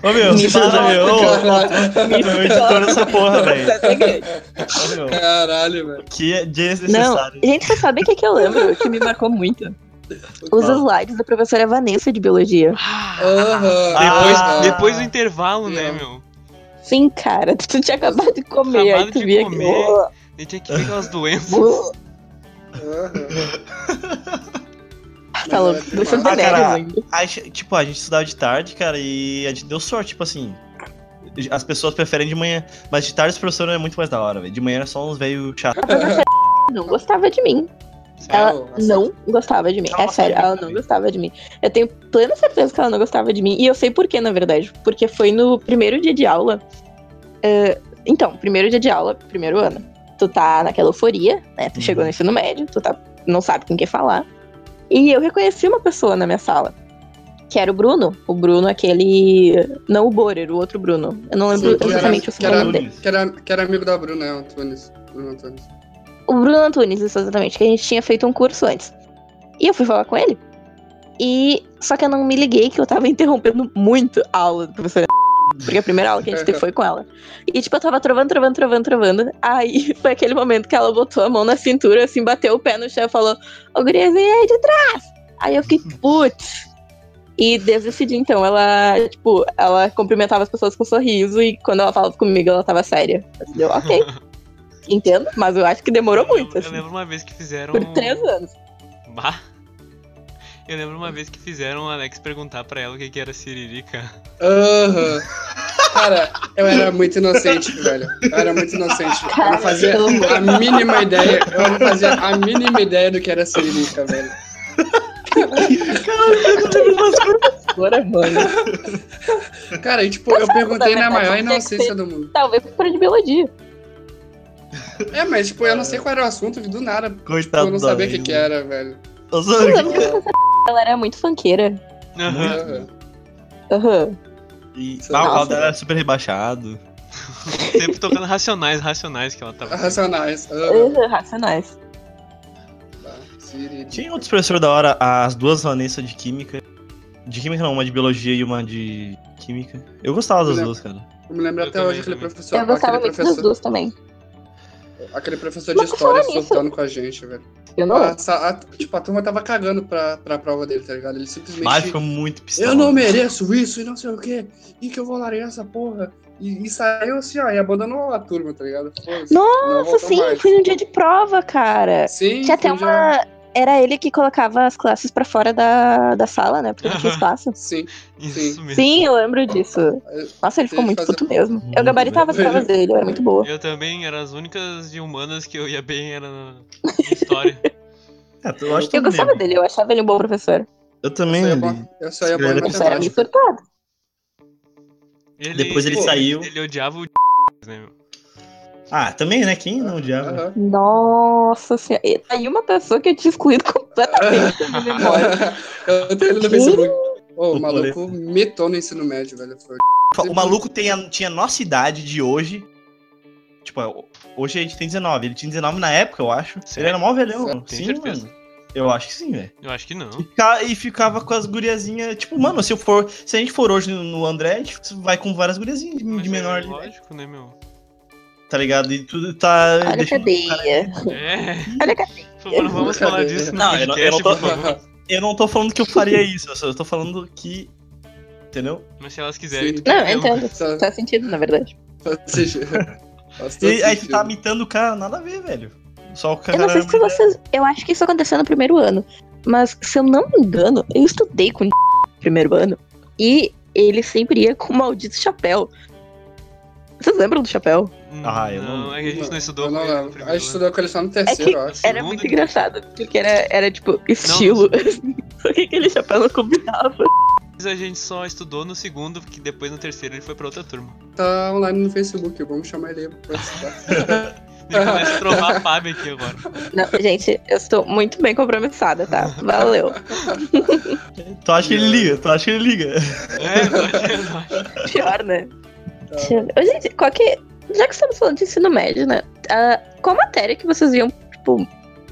Speaker 2: Ô meu,
Speaker 3: Me
Speaker 2: para,
Speaker 3: fala,
Speaker 2: meu. Ô,
Speaker 4: Caralho,
Speaker 2: meu editor essa porra, velho.
Speaker 3: processo é grande.
Speaker 2: Ô, meu,
Speaker 4: caralho, velho.
Speaker 2: Que é
Speaker 3: Não,
Speaker 2: desnecessário.
Speaker 3: gente, você sabe o que, que eu lembro que me marcou muito? Os
Speaker 2: Fala.
Speaker 3: slides da professora Vanessa de biologia. Ah!
Speaker 4: Aham.
Speaker 1: Depois,
Speaker 2: Ah.
Speaker 1: depois do intervalo, né,
Speaker 4: Não.
Speaker 1: meu?
Speaker 3: Sim, cara, tu tinha acabado de comer,
Speaker 1: Acabado
Speaker 3: aí tu
Speaker 1: de
Speaker 3: via
Speaker 1: comer.
Speaker 3: que.
Speaker 1: Ele tinha que ver aquelas doenças.
Speaker 3: Oh,
Speaker 4: Aham.
Speaker 3: tá louco,
Speaker 4: Mas é
Speaker 3: deixando
Speaker 2: demais. Ah, cara.
Speaker 3: ainda.
Speaker 2: A gente- tipo, a gente estudava de tarde, cara, e a gente deu sorte, tipo assim. As pessoas preferem de manhã, mas de tarde os professores é muito mais da hora, velho. De manhã era só uns velho chato.
Speaker 3: Não gostava de mim. Ela
Speaker 4: Não, assim,
Speaker 3: não gostava de mim. É
Speaker 2: Ela
Speaker 3: sério,
Speaker 2: sabia
Speaker 3: ela não
Speaker 2: também.
Speaker 3: gostava de mim. Eu tenho plena certeza que ela não gostava de mim. E eu sei por quê, na verdade. Porque foi no primeiro dia de aula. eh, então, primeiro dia de aula, primeiro ano. Tu tá naquela euforia, né? Tu
Speaker 2: Uhum.
Speaker 3: chegou no ensino médio, tu tá, não sabe com quem falar. E eu reconheci uma pessoa na minha sala. Que era o Bruno. O Bruno, aquele. Não o Borer, o outro Bruno. Eu não lembro
Speaker 4: Sim, que era-
Speaker 3: exatamente o
Speaker 4: que era-
Speaker 3: sobrenome dele.
Speaker 4: Que era, que era amigo da Bruna, é, o Antunes. Bruno Antunes.
Speaker 3: o Bruno Antunes, isso exatamente, que a gente tinha feito um curso antes. E eu fui falar com ele. E só que eu não me liguei que eu tava interrompendo muito a aula do professor. Porque a primeira aula que a gente teve foi com ela. E tipo, eu tava trovando, trovando, trovando, trovando. Aí foi aquele momento que ela botou a mão na cintura, assim, bateu o pé no chão e falou: Ô Gurias, vem aí de trás! Aí eu fiquei, putz. E desde esse dia, então, ela, tipo, ela cumprimentava as pessoas com um sorriso e quando ela falava comigo, ela tava séria. Eu, ok, entendo, mas eu acho que demorou
Speaker 1: Eu lembro-
Speaker 3: muito,
Speaker 1: Eu
Speaker 3: assim.
Speaker 1: lembro uma vez que fizeram.
Speaker 3: Por três anos.
Speaker 1: Bah. Eu lembro uma vez que fizeram o Alex perguntar pra ela o que, que era siririca.
Speaker 4: Aham. Cara, eu era muito inocente, velho. Eu era muito inocente. Eu não fazia
Speaker 3: pelo amor.
Speaker 4: a mínima ideia. Eu não fazia a mínima ideia do que era Siririca, velho.
Speaker 3: Agora, mano.
Speaker 4: Cara, e, tipo, eu perguntei na maior
Speaker 3: Tinha que ser-
Speaker 4: inocência do mundo.
Speaker 3: Talvez por de biologia.
Speaker 4: É, mas, tipo, eu não sei qual era o assunto do nada. Tipo,
Speaker 2: Coitado
Speaker 4: eu não
Speaker 2: da
Speaker 4: sabia o que,
Speaker 2: Leila.
Speaker 4: que era, velho.
Speaker 2: Ô,
Speaker 3: Eu
Speaker 2: Zoro,
Speaker 3: lembro que essa ela era muito funkeira.
Speaker 1: Aham.
Speaker 4: Aham.
Speaker 3: Aham.
Speaker 2: e-
Speaker 4: Nossa.
Speaker 2: Ah, o Caldo era super rebaixado.
Speaker 1: Sempre tocando racionais, racionais que ela tava.
Speaker 4: Racionais. Aham.
Speaker 3: Aham, é Racionais.
Speaker 4: Tá, Siririca.
Speaker 2: Tinha outros professores da hora, as duas Vanessa de Química. De Química não, uma de Biologia e uma de Química. Eu gostava das
Speaker 4: Olha.
Speaker 2: duas, cara.
Speaker 4: Eu me lembro
Speaker 1: Eu
Speaker 4: até
Speaker 1: também,
Speaker 4: hoje aquele
Speaker 1: também.
Speaker 4: professor.
Speaker 3: Eu gostava
Speaker 4: aquele
Speaker 3: muito das
Speaker 4: professor,
Speaker 3: duas também.
Speaker 4: aquele professor de
Speaker 3: Mas
Speaker 4: história
Speaker 3: falando nisso-
Speaker 4: surtando com a gente, velho.
Speaker 3: Eu não.
Speaker 4: A, a, tipo, a turma tava cagando pra, pra prova dele, tá ligado? Ele simplesmente.
Speaker 2: Mas ficou muito pistola.
Speaker 4: Eu não mereço isso e não sei o quê. E que eu vou largar essa porra. E, e saiu assim, ó, e abandonou a turma, tá ligado? Foda-se, não
Speaker 3: Nossa,
Speaker 4: voltou
Speaker 3: sim,
Speaker 4: então mais.
Speaker 3: fui no dia de prova, cara.
Speaker 4: Sim,
Speaker 3: Tinha até
Speaker 4: fui já-
Speaker 3: uma. Era ele que colocava as classes pra fora da, da sala, né? Porque não tinha
Speaker 1: Aham.
Speaker 3: espaço.
Speaker 4: Sim.
Speaker 1: Isso mesmo.
Speaker 3: Sim, eu lembro disso. Nossa, ele ficou
Speaker 4: Ele
Speaker 3: muito
Speaker 4: fazia-
Speaker 3: puto mesmo.
Speaker 2: Muito
Speaker 3: Eu gabaritava as
Speaker 4: bem.
Speaker 3: provas dele, eu era muito boa.
Speaker 1: Eu também era as únicas de humanas que eu ia bem era na na história.
Speaker 2: É, eu, acho que
Speaker 3: Eu
Speaker 2: todo
Speaker 3: gostava
Speaker 2: mundo.
Speaker 3: dele, eu achava ele um bom professor.
Speaker 2: Eu
Speaker 4: Eu
Speaker 2: também.
Speaker 4: só ia
Speaker 2: ele-
Speaker 4: pra- Eu só ia pra
Speaker 2: Ele era
Speaker 3: Eu só era meio
Speaker 4: matemática.
Speaker 3: surtado.
Speaker 2: Depois ele saiu.
Speaker 1: Ele odiava o né, meu?
Speaker 2: Ah, também, né? Quem não odiava?
Speaker 4: Aham.
Speaker 3: Nossa senhora. E tá aí uma pessoa que eu tinha excluído completamente da minha memória.
Speaker 4: Eu tenho ele no
Speaker 3: Quem?
Speaker 4: Facebook. Ô, o
Speaker 2: O
Speaker 4: maluco mitou no ensino médio, velho. Foi.
Speaker 2: O maluco tem a- tinha a nossa idade de hoje. Tipo, hoje a gente tem 19. Ele tinha 19 na época, eu acho.
Speaker 1: Sério?
Speaker 2: Ele era mó velhão.
Speaker 4: Sério?
Speaker 1: Tem
Speaker 2: Sim,
Speaker 1: certeza?
Speaker 2: mano. Eu acho que sim, velho.
Speaker 1: Eu acho que não.
Speaker 2: E fica- E ficava com as guriazinhas. Tipo, mano, se eu for. Se a gente for hoje no- no André, a gente vai com várias guriazinhas de
Speaker 1: Mas
Speaker 2: de
Speaker 1: é
Speaker 2: menor ali, né?
Speaker 1: Lógico, né, meu?
Speaker 2: tá ligado? E tudo tá.
Speaker 3: Olha a
Speaker 2: deixando o cara-
Speaker 3: cadeia.
Speaker 1: É.
Speaker 3: Olha que
Speaker 1: Por favor, não vamos falar
Speaker 4: Brincadeira.
Speaker 1: disso no
Speaker 2: Não, eu não-
Speaker 1: podcast,
Speaker 2: eu não tô-
Speaker 1: por favor.
Speaker 2: Eu não tô falando que eu faria isso, eu só tô falando que entendeu?
Speaker 1: Mas se elas quiserem,
Speaker 4: Sim.
Speaker 1: tu
Speaker 3: Não, então- eu
Speaker 1: pega uma.
Speaker 3: entendo.
Speaker 4: Só-
Speaker 3: Faz sentido, na verdade.
Speaker 4: só assistir. Faz todo
Speaker 2: E aí tu tá
Speaker 4: sentido.
Speaker 2: imitando o cara, nada a ver, velho. Só o cara.
Speaker 3: Eu não sei se vocês. Eu acho que isso aconteceu no primeiro ano. Mas, se eu não me engano, eu estudei com no primeiro ano. E ele sempre ia com o maldito chapéu. Vocês lembram do chapéu?
Speaker 2: Ah, eu não-
Speaker 1: é que a gente não estudou
Speaker 4: Eu não
Speaker 1: com ele no
Speaker 4: lembro. A
Speaker 1: primeiro
Speaker 4: gente estudou com ele só no terceiro,
Speaker 3: É que-
Speaker 4: eu acho.
Speaker 3: Era
Speaker 1: Segundo
Speaker 3: muito
Speaker 1: e-
Speaker 3: engraçado. Porque era, era tipo, estilo. Só que aquele chapéu não combinava.
Speaker 1: ano. A gente só estudou no segundo, que depois no terceiro ele foi pra outra turma.
Speaker 4: Tá online no Facebook, vamos chamar ele aí pra participar.
Speaker 1: Ele começa a trollar a Fábio aqui agora.
Speaker 3: Não, gente, eu estou muito bem compromissada, tá? Valeu. é
Speaker 2: Tu acha que ele liga, tu acha que ele liga.
Speaker 1: É, eu acho- eu acho.
Speaker 3: Pior, né? Deixa eu ver. Ô, Gente, qual que. Já que estamos falando de ensino médio, né? ah, qual matéria que vocês viam, tipo,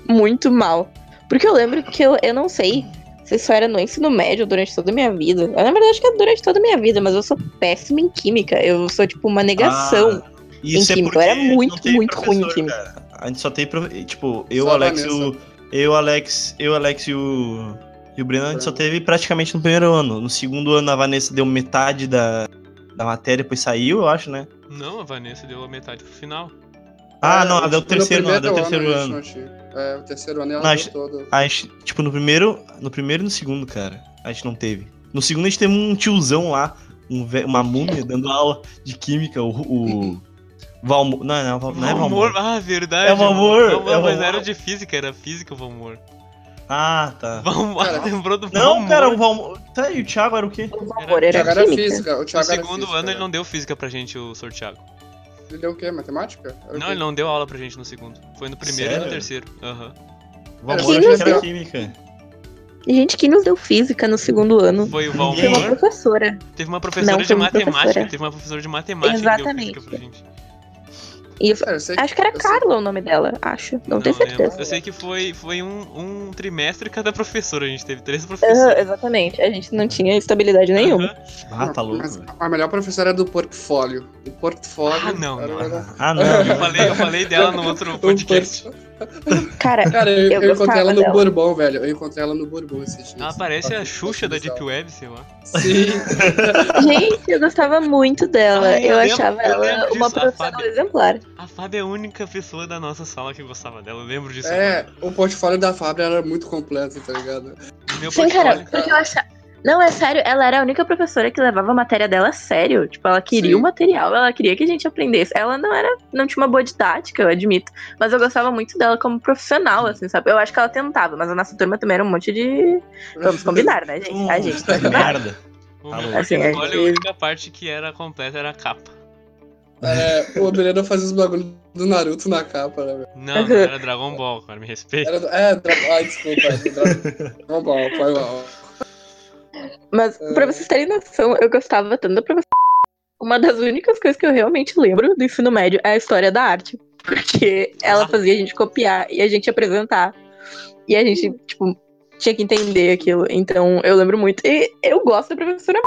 Speaker 3: muito mal? Porque eu lembro que eu, eu não sei se isso era no ensino médio durante toda a minha vida. Eu, na verdade, acho que é durante toda a minha vida, mas eu sou péssima em química. Eu sou, tipo, uma negação.
Speaker 2: Ah, isso
Speaker 3: Em
Speaker 2: é
Speaker 3: química,
Speaker 2: porque
Speaker 3: eu era muito,
Speaker 2: não teve
Speaker 3: muito ruim em
Speaker 2: professor,
Speaker 3: química.
Speaker 2: cara. A gente só tem. profe- Tipo, eu,
Speaker 4: Só a
Speaker 2: Alex,
Speaker 4: Vanessa.
Speaker 2: o. Eu, Alex, eu, Alex e o. E o Breno, a gente só teve praticamente no primeiro ano. No segundo ano, a Vanessa deu metade da, da matéria, depois saiu, eu acho, né?
Speaker 1: Não, a Vanessa deu a metade pro final.
Speaker 2: Ah,
Speaker 4: É,
Speaker 2: não, ela deu o
Speaker 4: tipo, no
Speaker 2: terceiro ano, ela deu o
Speaker 4: primeiro
Speaker 2: terceiro
Speaker 4: a gente
Speaker 2: ano.
Speaker 4: não tinha. É, o terceiro ano ela
Speaker 2: Não, a
Speaker 4: deu
Speaker 2: gente-
Speaker 4: todo.
Speaker 2: A gente, tipo, no primeiro. No primeiro e no segundo, cara, a gente não teve. No segundo a gente teve um tiozão lá, um ve- uma múmia dando aula de química, o. o Valmo, não, não, Val- não é Valmor.
Speaker 1: Valmor, ah, verdade.
Speaker 2: É Valmor, é
Speaker 1: mas
Speaker 2: Valmor.
Speaker 1: era de física, era física o Valmor.
Speaker 2: Ah, tá.
Speaker 1: Valmor,
Speaker 4: Cara,
Speaker 1: lembrou do
Speaker 2: Não,
Speaker 1: Valmor.
Speaker 2: cara, o Valmor. Tá, e o Thiago era o quê?
Speaker 3: O amor era
Speaker 4: O Thiago era
Speaker 3: química.
Speaker 4: física. O
Speaker 1: No
Speaker 4: Thiago era
Speaker 1: segundo
Speaker 4: física,
Speaker 1: ano ele
Speaker 4: né?
Speaker 1: não deu física pra gente, o Sr. Thiago.
Speaker 4: Ele deu o quê? Matemática? Era o
Speaker 1: Não,
Speaker 4: quê?
Speaker 1: ele não deu aula pra gente no segundo. Foi no primeiro e no
Speaker 2: Sério?
Speaker 1: terceiro. Aham.
Speaker 2: Valmor
Speaker 3: Química.
Speaker 2: acho que era química.
Speaker 3: Gente, quem nos deu física no segundo ano?
Speaker 1: Foi o
Speaker 3: Foi uma
Speaker 1: Valmor.
Speaker 3: professora.
Speaker 1: Teve uma professora
Speaker 3: Não,
Speaker 1: de
Speaker 3: foi uma
Speaker 1: matemática.
Speaker 3: professora.
Speaker 1: Teve uma professora de matemática que
Speaker 3: Exatamente.
Speaker 1: deu física pra gente.
Speaker 3: E eu-
Speaker 4: Cara, eu sei que-
Speaker 3: acho que era
Speaker 4: eu sei-
Speaker 3: Carla o nome dela, acho. Não, tenho
Speaker 1: lembro.
Speaker 3: certeza.
Speaker 1: Eu sei que foi, foi um, um trimestre cada professora. A gente teve três
Speaker 3: Aham,
Speaker 1: professores.
Speaker 3: exatamente. A gente não tinha estabilidade nenhuma.
Speaker 1: Aham.
Speaker 2: Ah, tá louco.
Speaker 4: Mas
Speaker 2: velho.
Speaker 4: a melhor professora é do portfólio. O portfólio.
Speaker 1: Ah, não,
Speaker 4: era
Speaker 1: não.
Speaker 4: o melhor.
Speaker 2: Ah,
Speaker 4: É.
Speaker 2: não.
Speaker 1: Eu falei, eu falei dela no outro
Speaker 4: O
Speaker 1: podcast.
Speaker 4: portfólio.
Speaker 3: Cara,
Speaker 4: Cara, eu,
Speaker 3: Eu
Speaker 4: eu encontrei ela
Speaker 3: gostava
Speaker 4: no
Speaker 3: dela.
Speaker 4: Bourbon, velho. Eu encontrei ela no Bourbon esses dias.
Speaker 1: Ela Ah, parece a Xuxa da Deep
Speaker 4: Deep
Speaker 1: Web, sei lá.
Speaker 4: tá Sim.
Speaker 3: gente, eu gostava muito dela.
Speaker 1: Ai, eu
Speaker 3: eu
Speaker 1: lembro-
Speaker 3: achava
Speaker 1: eu
Speaker 3: ela
Speaker 1: lembro disso,
Speaker 3: uma
Speaker 1: a
Speaker 3: profissional
Speaker 1: Fábio.
Speaker 3: exemplar.
Speaker 1: A Fábio é a única pessoa da nossa sala que gostava dela, eu lembro disso.
Speaker 4: É,
Speaker 1: agora.
Speaker 4: o portfólio da Fábio era muito completo, tá ligado?
Speaker 1: No Meu
Speaker 3: Sim, cara,
Speaker 1: portfólio.
Speaker 3: porque eu achava. Não, é sério, ela era a única professora que levava a matéria dela a sério. Tipo, ela queria
Speaker 4: Sim.
Speaker 3: o material, ela queria que a gente aprendesse. Ela não era, não tinha uma boa didática, eu admito. Mas eu gostava muito dela como profissional, assim, sabe? Eu acho que ela tentava, mas a nossa turma também era um monte de.
Speaker 2: Tá.
Speaker 3: Vamos combinar, né, gente? A gente tá
Speaker 2: que um merda.
Speaker 1: O
Speaker 2: Tá
Speaker 1: meu
Speaker 2: bom.
Speaker 3: Assim, a
Speaker 1: portfólio, a
Speaker 3: gente-
Speaker 1: única parte que era completa era a capa.
Speaker 4: É, o Adriano fazia os bagulhos do Naruto na capa, né, velho?
Speaker 1: Não, não era Dragon Ball, cara, me respeita.
Speaker 4: Era, é, dra... ai, desculpa. Dra... Dragon Ball, foi mal.
Speaker 3: Mas, pra vocês terem noção, eu gostava tanto da professora. Uma das únicas coisas que eu realmente lembro do ensino médio é a história da arte. Porque ela fazia a gente copiar e a gente apresentar. E a gente, tipo, tinha que entender aquilo. Então, eu lembro muito. E eu gosto da professora.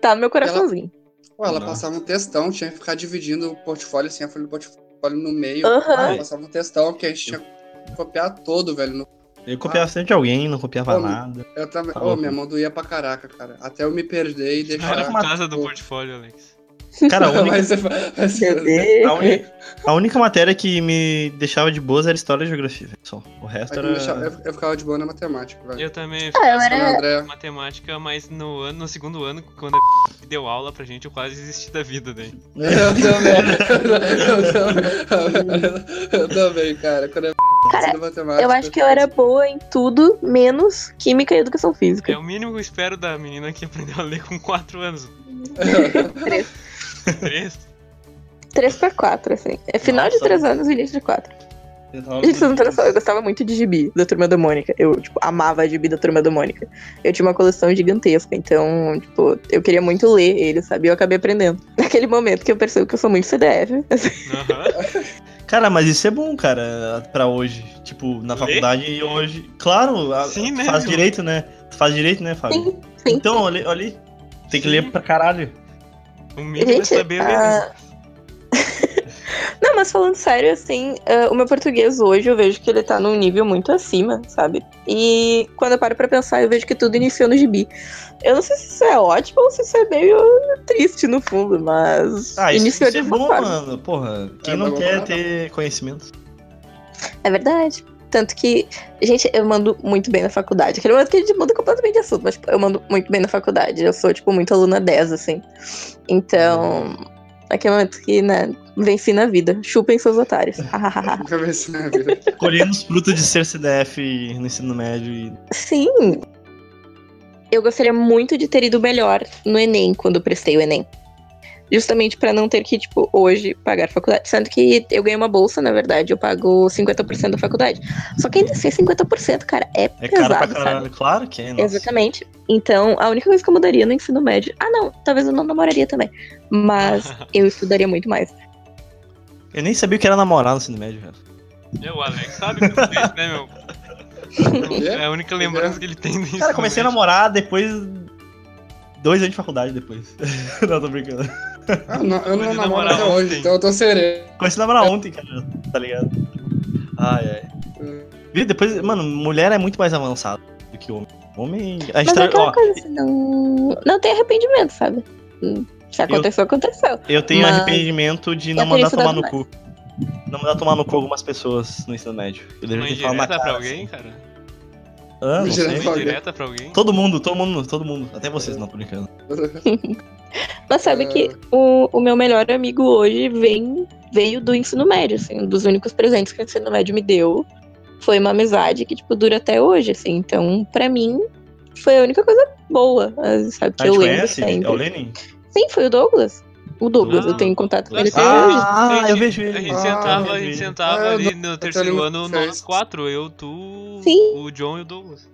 Speaker 3: Tá no meu coraçãozinho.
Speaker 4: Pô, ela
Speaker 2: Não.
Speaker 4: passava um textão, tinha que ficar dividindo o portfólio, assim, a folha do portfólio no meio.
Speaker 3: Aham.
Speaker 4: Ela passava um textão que a gente tinha que copiar todo, velho. no-
Speaker 2: Eu copiava sempre de alguém, não copiava
Speaker 4: Ô,
Speaker 2: nada.
Speaker 4: Eu também.
Speaker 2: Tá
Speaker 4: Ô,
Speaker 2: louco.
Speaker 4: minha mão doía pra caraca, cara. Até eu me perder e
Speaker 1: Era
Speaker 4: deixar.
Speaker 1: por causa do portfólio, Alex.
Speaker 2: Cara, a única,
Speaker 4: Mas- é, mas-
Speaker 3: Meu Deus.
Speaker 2: a única- a única matéria que me deixava de boas era história e geografia, velho, só. O
Speaker 4: mas
Speaker 2: resto
Speaker 4: eu,
Speaker 2: era.
Speaker 4: me deixava- eu- eu ficava de boa na matemática, velho.
Speaker 1: Eu também
Speaker 3: Ah, eu
Speaker 1: fiz
Speaker 4: Quando a
Speaker 3: era.
Speaker 4: Andrea-
Speaker 1: matemática, mas no ano, no segundo ano, quando a deu aula pra gente, eu quase desisti da vida né? daí.
Speaker 4: Eu também. Eu também. Eu também, cara. Quando eu
Speaker 3: Cara,
Speaker 4: fiz matemática.
Speaker 3: Eu acho que eu era boa em tudo, menos química e educação física.
Speaker 1: É o mínimo que eu espero da menina que aprendeu a ler com 4 anos.
Speaker 3: Três.
Speaker 1: 3?
Speaker 3: 3 pra 4, assim. É final de
Speaker 2: Nossa.
Speaker 3: 3 anos e início de 4.
Speaker 2: Eu tava-
Speaker 3: Gente, vocês não têm noção, eu gostava muito de gibi da Turma da Mônica. Eu, tipo, amava a gibi da Turma da Mônica. Eu tinha uma coleção gigantesca, então, tipo, eu queria muito ler ele, sabe? Eu acabei aprendendo. Naquele momento que eu percebo que eu sou muito CDF.
Speaker 1: Aham.
Speaker 2: Cara, mas isso é bom, cara, pra hoje. Tipo, na
Speaker 1: Ler?
Speaker 2: faculdade e hoje. Claro, a-
Speaker 1: Sim,
Speaker 2: tu
Speaker 1: né,
Speaker 2: faz
Speaker 1: meu?
Speaker 2: direito, né? Tu faz direito, né, Fábio?
Speaker 3: Sim, sim.
Speaker 2: Então, olha, olha aí. Tem que
Speaker 1: Sim.
Speaker 2: ler pra caralho.
Speaker 1: O mínimo é
Speaker 3: ah. Gente,
Speaker 1: saber ler.
Speaker 3: ah, Não, mas falando sério, assim, ah, o meu português hoje eu vejo que ele tá num nível muito acima, sabe? E quando eu paro pra pensar, eu vejo que tudo iniciou no gibi. Eu não sei se isso é ótimo ou se isso é meio triste no fundo, mas
Speaker 2: Ah, isso,
Speaker 3: iniciou
Speaker 2: isso é
Speaker 3: de uma
Speaker 2: bom,
Speaker 3: forma.
Speaker 2: mano. Porra, quem
Speaker 4: É,
Speaker 2: não
Speaker 4: mas
Speaker 2: quer
Speaker 4: vamos lá,
Speaker 2: ter conhecimento?
Speaker 3: É verdade. Tanto que, gente, eu mando muito bem na faculdade. Aquele momento que a gente muda completamente de assunto, mas tipo, eu mando muito bem na faculdade. Eu sou, tipo, muito aluna 10, assim. Então, aquele momento que, né, venci na vida. Chupem seus otários.
Speaker 4: Nunca vi isso na vida.
Speaker 2: Colhendo os frutos de ser CDF no ensino médio e
Speaker 3: Sim! Eu gostaria muito de ter ido melhor no Enem, quando eu prestei o Enem. Justamente pra não ter que, tipo, hoje pagar faculdade. Sendo que eu ganhei uma bolsa, na verdade, eu pago 50% da faculdade. Só que ainda assim, 50%, cara, é,
Speaker 2: é
Speaker 3: pesado,
Speaker 2: caro pra
Speaker 3: sabe?
Speaker 2: caralho. Claro que é, nossa.
Speaker 3: Exatamente. Então, a única coisa que eu mudaria no ensino médio. Ah, não, talvez eu não namoraria também. Mas eu estudaria muito mais.
Speaker 2: Eu nem sabia o que era namorar no ensino médio, velho.
Speaker 1: É o Alex, sabe o que fez, né, meu? É a única lembrança que ele tem disso.
Speaker 2: Cara, comecei a namorar depois. Dois anos de faculdade depois. não, tô brincando.
Speaker 4: Ah, não, eu não
Speaker 1: Ele
Speaker 4: namoro
Speaker 1: namorava
Speaker 4: até hoje,
Speaker 1: ontem.
Speaker 4: então eu tô sereno.
Speaker 2: Comecei a namorar ontem, cara, tá ligado? Ai, ai.
Speaker 3: Hum.
Speaker 2: Viu? Depois, mano, mulher é muito mais avançada do que homem. Homem. A gente
Speaker 3: Mas é
Speaker 2: tá,
Speaker 3: aquela
Speaker 2: ó,
Speaker 3: coisa assim, não, não tem arrependimento, sabe? Hum, Se aconteceu, aconteceu.
Speaker 2: eu tenho
Speaker 3: mas-
Speaker 2: arrependimento de não
Speaker 3: Eu teria
Speaker 2: mandar tomar no
Speaker 3: estudado
Speaker 2: cu. Não mandar tomar no cu algumas pessoas no ensino médio.
Speaker 1: Uma
Speaker 2: Eu deveria ter falado na
Speaker 1: indireta
Speaker 2: cara.
Speaker 1: é pra alguém, cara?
Speaker 2: assim. Ah, não
Speaker 1: Uma
Speaker 4: Indireta.
Speaker 2: sei.
Speaker 4: Pra alguém.
Speaker 1: indireta é pra alguém?
Speaker 2: Todo mundo, todo mundo, todo mundo. Até vocês não, tô brincando.
Speaker 3: Mas sabe
Speaker 4: É.
Speaker 3: que o, o meu melhor amigo hoje vem, veio do ensino médio, assim. Um dos únicos presentes que o ensino médio me deu foi uma amizade que, tipo, dura até hoje, assim. Então, pra mim, foi a única coisa boa, sabe? Que
Speaker 2: A
Speaker 3: eu
Speaker 2: gente
Speaker 3: lembro
Speaker 2: conhece? É
Speaker 3: sempre.
Speaker 2: o Lenin?
Speaker 3: Sim, foi o Douglas. O Douglas,
Speaker 1: Ah,
Speaker 3: eu tenho contato com ele
Speaker 1: Douglas.
Speaker 3: até hoje.
Speaker 2: Ah,
Speaker 1: Entendi.
Speaker 2: eu vejo ele.
Speaker 1: A gente
Speaker 4: Ah,
Speaker 1: sentava,
Speaker 2: eu
Speaker 1: a gente
Speaker 2: vi.
Speaker 1: sentava
Speaker 4: Ah,
Speaker 1: ali no terceiro
Speaker 4: lembro
Speaker 1: ano,
Speaker 4: que
Speaker 1: nós
Speaker 4: fez.
Speaker 1: quatro, eu, tu,
Speaker 3: Sim.
Speaker 1: o John e o Douglas.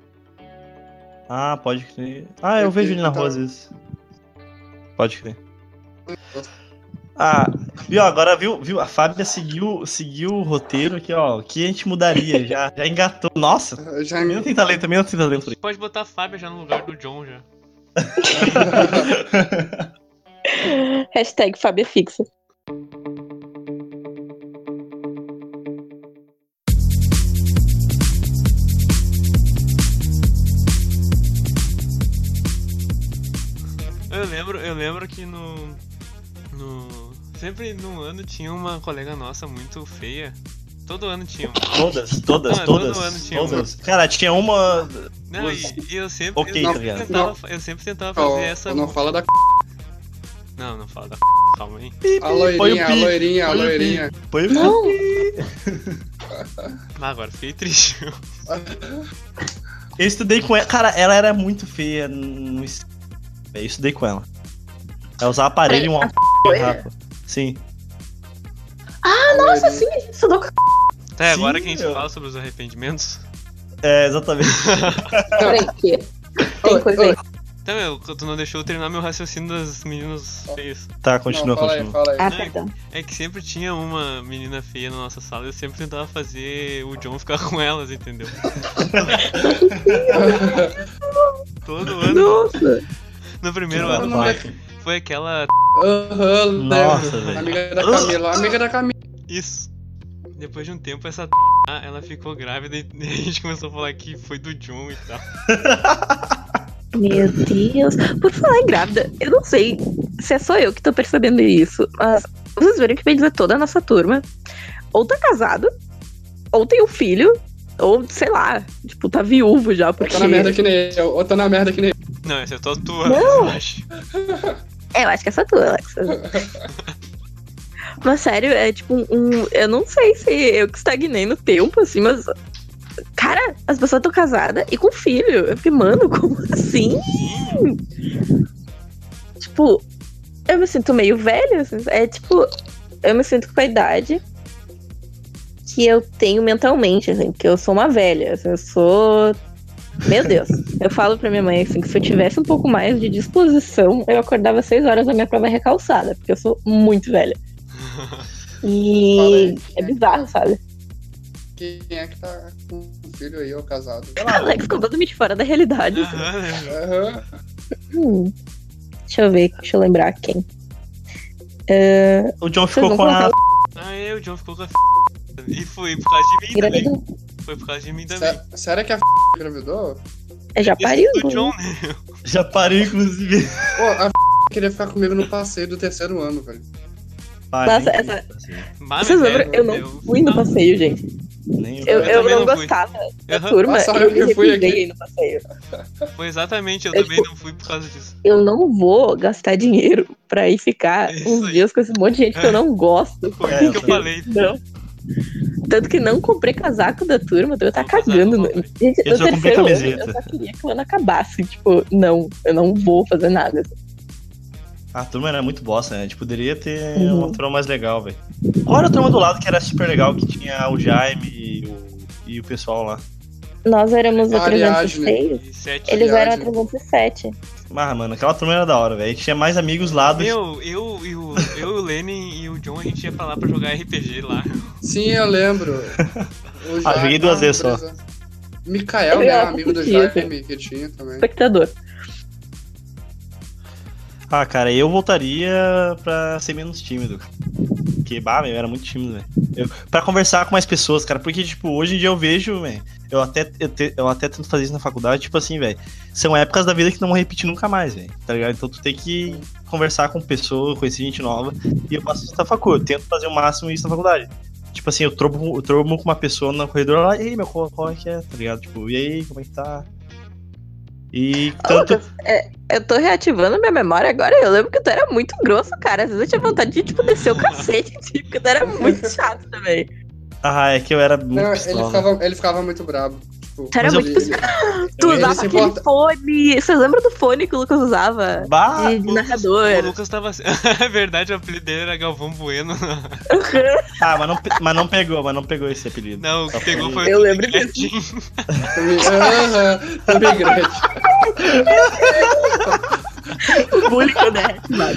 Speaker 2: Ah, pode crer. Ah, eu
Speaker 4: Eu
Speaker 2: vejo
Speaker 4: vi,
Speaker 2: ele na
Speaker 4: tá.
Speaker 2: rua às vezes. Pode crer. Ah, viu? Agora viu, viu? A Fábia seguiu, seguiu o roteiro aqui, ó. O que a gente mudaria? Já, já engatou. Nossa,
Speaker 4: Eu Já é
Speaker 2: também não tem talento, também não tem talento.
Speaker 1: Você pode botar a Fábia já no lugar do John já.
Speaker 3: Hashtag é Fábia Fixa.
Speaker 1: Eu lembro, eu lembro que no. no. Sempre num ano tinha uma colega nossa muito feia. Todo ano tinha uma.
Speaker 2: Todas, todas,
Speaker 1: Ah, todo ano
Speaker 2: todas,
Speaker 1: tinha
Speaker 2: todas. Cara, tinha uma.
Speaker 1: Não, e, e eu sempre,
Speaker 2: Ok,
Speaker 1: eu,
Speaker 4: tá
Speaker 1: sempre
Speaker 2: ligado.
Speaker 1: tentava, fa- eu sempre tentava fazer essa.
Speaker 4: Não, não fala da c.
Speaker 1: Não, não fala da c... calma aí.
Speaker 4: A
Speaker 2: Foi o
Speaker 4: loirinha, a
Speaker 2: pi,
Speaker 4: loirinha, a
Speaker 2: foi o pi.
Speaker 4: loirinha.
Speaker 2: Foi
Speaker 3: Não.
Speaker 1: Mas agora fiquei triste.
Speaker 2: Eu estudei com ela. Cara, ela era muito feia. no es- Eu estudei com ela. Ela usava aparelho e um rapa. Sim.
Speaker 4: Nossa,
Speaker 3: Assim, a gente estudou com
Speaker 1: Tá, é
Speaker 2: Sim,
Speaker 1: agora que a gente
Speaker 2: meu.
Speaker 1: fala sobre os arrependimentos.
Speaker 2: É, exatamente.
Speaker 3: Peraí, que tem coisa aí.
Speaker 1: Então, eu, tu não deixou eu terminar meu raciocínio das meninas feias.
Speaker 2: Tá, continua,
Speaker 4: fala aí,
Speaker 2: continua.
Speaker 4: fala aí.
Speaker 3: Ah, perdão.
Speaker 1: É que sempre tinha uma menina feia na nossa sala e eu sempre tentava fazer o John ficar com elas, entendeu?
Speaker 3: Ah,
Speaker 1: Todo ano.
Speaker 3: Nossa!
Speaker 1: No primeiro
Speaker 4: Todo
Speaker 1: ano
Speaker 4: mundo
Speaker 1: foi,
Speaker 4: é-
Speaker 1: foi aquela.
Speaker 4: Aham, lembro.
Speaker 2: Nossa, velho.
Speaker 4: Amiga da Camila, amiga da Camila.
Speaker 1: Isso. Depois de um tempo, essa ela ficou grávida e a gente começou a falar que foi do John e tal.
Speaker 3: Meu Deus. Por falar em grávida, eu não sei se é só eu que tô percebendo isso, mas vocês viram que vem dizer toda a nossa turma. Ou tá casado, ou tem um filho, ou sei lá, tipo, tá viúvo já,
Speaker 4: Ou
Speaker 3: porque.
Speaker 4: tá na merda que nem eu, ou tá na merda que nem eu.
Speaker 1: Não, essa é só tua,
Speaker 3: Não.
Speaker 1: eu acho.
Speaker 3: É, eu acho que é só tu, Alex. mas sério, é tipo um. Eu não sei se eu que estagnei no tempo, assim, mas. Cara, as pessoas estão casadas e com filho. Eu fiquei, mano, como assim? Tipo, eu me sinto meio velha. assim, É tipo, eu me sinto com a idade que eu tenho mentalmente, assim, porque eu sou uma velha. assim, eu sou. Meu Deus, eu falo pra minha mãe assim que se eu tivesse um pouco mais de disposição, eu acordava às 6 horas da minha prova recalçada, porque eu sou muito velha.
Speaker 4: Fala
Speaker 3: E
Speaker 4: aí.
Speaker 3: é bizarro, sabe?
Speaker 4: Quem é que tá com um filho aí, ou casado?
Speaker 3: Alex completamente fora da realidade. assim.
Speaker 1: Aham, né?
Speaker 4: Aham.
Speaker 3: Hum. Deixa eu ver, deixa eu lembrar quem.
Speaker 2: O John
Speaker 3: Vocês
Speaker 2: ficou
Speaker 3: vão
Speaker 2: com a.
Speaker 1: Ah, eu, John ficou com a f... E foi por causa de mim também.
Speaker 3: Engravidou.
Speaker 1: Foi por causa de mim também.
Speaker 4: Se- Será que a f engravidou?
Speaker 3: Já
Speaker 1: Esse
Speaker 3: pariu?
Speaker 1: do
Speaker 3: né?
Speaker 1: John, né?
Speaker 2: Já pariu, inclusive.
Speaker 4: Pô, a f queria ficar comigo no passeio do terceiro ano, velho.
Speaker 2: Pariu,
Speaker 3: Nossa, essa-
Speaker 2: assim.
Speaker 1: Mas,
Speaker 3: Vocês
Speaker 1: é,
Speaker 3: lembram? Eu não fui no passeio, gente.
Speaker 2: Nem
Speaker 3: Eu,
Speaker 1: Eu
Speaker 3: eu
Speaker 1: também
Speaker 3: não
Speaker 1: não fui.
Speaker 3: gostava da
Speaker 1: Aham.
Speaker 3: turma.
Speaker 4: Nossa,
Speaker 3: eu
Speaker 4: eu
Speaker 3: me
Speaker 4: fui
Speaker 3: recusei
Speaker 4: aqui.
Speaker 3: a ir no passeio.
Speaker 1: Foi exatamente, eu
Speaker 3: Eu,
Speaker 1: também não fui por causa disso.
Speaker 3: Eu não vou gastar dinheiro pra ir ficar
Speaker 1: É isso
Speaker 3: uns
Speaker 1: aí.
Speaker 3: dias com esse monte de gente que eu não gosto.
Speaker 1: Foi
Speaker 2: É,
Speaker 1: isso que eu
Speaker 2: eu
Speaker 1: falei.
Speaker 3: Não. Tanto que não comprei casaco da turma, então eu tava
Speaker 1: Não, casaco
Speaker 3: cagando.
Speaker 1: não
Speaker 3: no-
Speaker 1: comprei.
Speaker 3: Gente,
Speaker 2: Eu
Speaker 3: no
Speaker 2: só comprei
Speaker 3: terceiro ano,
Speaker 2: camiseta.
Speaker 3: eu só queria que o ano acabasse. Tipo, não, eu não vou fazer nada.
Speaker 2: A turma era muito bosta, né? A gente poderia ter
Speaker 3: Uhum.
Speaker 2: uma turma mais legal, velho. Qual era a turma do lado que era super legal, que tinha o Jaime e o, e o pessoal lá?
Speaker 3: Nós éramos o
Speaker 4: Aliás, né?
Speaker 3: 306,
Speaker 1: E sete.
Speaker 3: eles eram a
Speaker 4: Aliás, né?
Speaker 3: 307.
Speaker 2: Ah, mano, aquela turma era da hora, velho. A gente tinha mais amigos lá do
Speaker 1: Meu, eu, e o eu, o Lenny e o John, a gente ia pra lá pra jogar RPG lá.
Speaker 4: Sim, eu lembro. O
Speaker 2: Ah, joguei duas vezes só.
Speaker 4: beleza. Mikael,
Speaker 3: Eu
Speaker 4: né?
Speaker 3: era
Speaker 4: Amigo do
Speaker 3: competitiva.
Speaker 4: Jaime, que tinha também.
Speaker 3: Espectador.
Speaker 2: Ah, cara, eu voltaria pra ser menos tímido. cara. Porque, bah, meu, eu era muito tímido, velho. Eu- Pra conversar com mais pessoas, cara. Porque, tipo, hoje em dia eu vejo, velho. Eu até, eu, te- eu até tento fazer isso na faculdade, tipo assim, velho. São épocas da vida que não vão repetir nunca mais, velho. Tá ligado? Então tu tem que conversar com pessoas, conhecer gente nova. E eu faço isso na faculdade. Eu tento fazer o máximo isso na faculdade. Tipo assim, eu trombo, eu trombo com uma pessoa no corredor lá, e aí, meu, qual, qual é que é? Tá ligado? Tipo, e aí, como é que tá? E
Speaker 4: Ah,
Speaker 2: tanto.
Speaker 3: Lucas, é, eu tô reativando minha memória agora. Eu lembro que tu era muito grosso, cara. Às vezes eu tinha vontade de, tipo, descer o cacete, tipo, porque tu era muito chato também.
Speaker 2: Ah, é que eu era muito
Speaker 4: Não, ele
Speaker 2: pistola.
Speaker 4: ficava, ele ficava muito brabo. Tipo,
Speaker 3: Cara,
Speaker 2: Mas eu-
Speaker 4: ele- ele-
Speaker 3: é Tu
Speaker 4: Ele
Speaker 3: usava
Speaker 4: se
Speaker 3: aquele
Speaker 4: importa-
Speaker 3: fone. Vocês lembram do fone que o Lucas usava?
Speaker 2: Bah,
Speaker 3: de de
Speaker 1: Lucas- O
Speaker 3: narrador.
Speaker 1: Lucas tava assim. É verdade, o apelido dele era Galvão Bueno.
Speaker 2: Ah, mas não, pe- mas não pegou, mas não pegou esse apelido.
Speaker 1: Não, o que pegou foi
Speaker 3: Eu
Speaker 1: o
Speaker 3: lembro
Speaker 1: Guilherme.
Speaker 4: Aham, também grande.
Speaker 3: O bullying, né?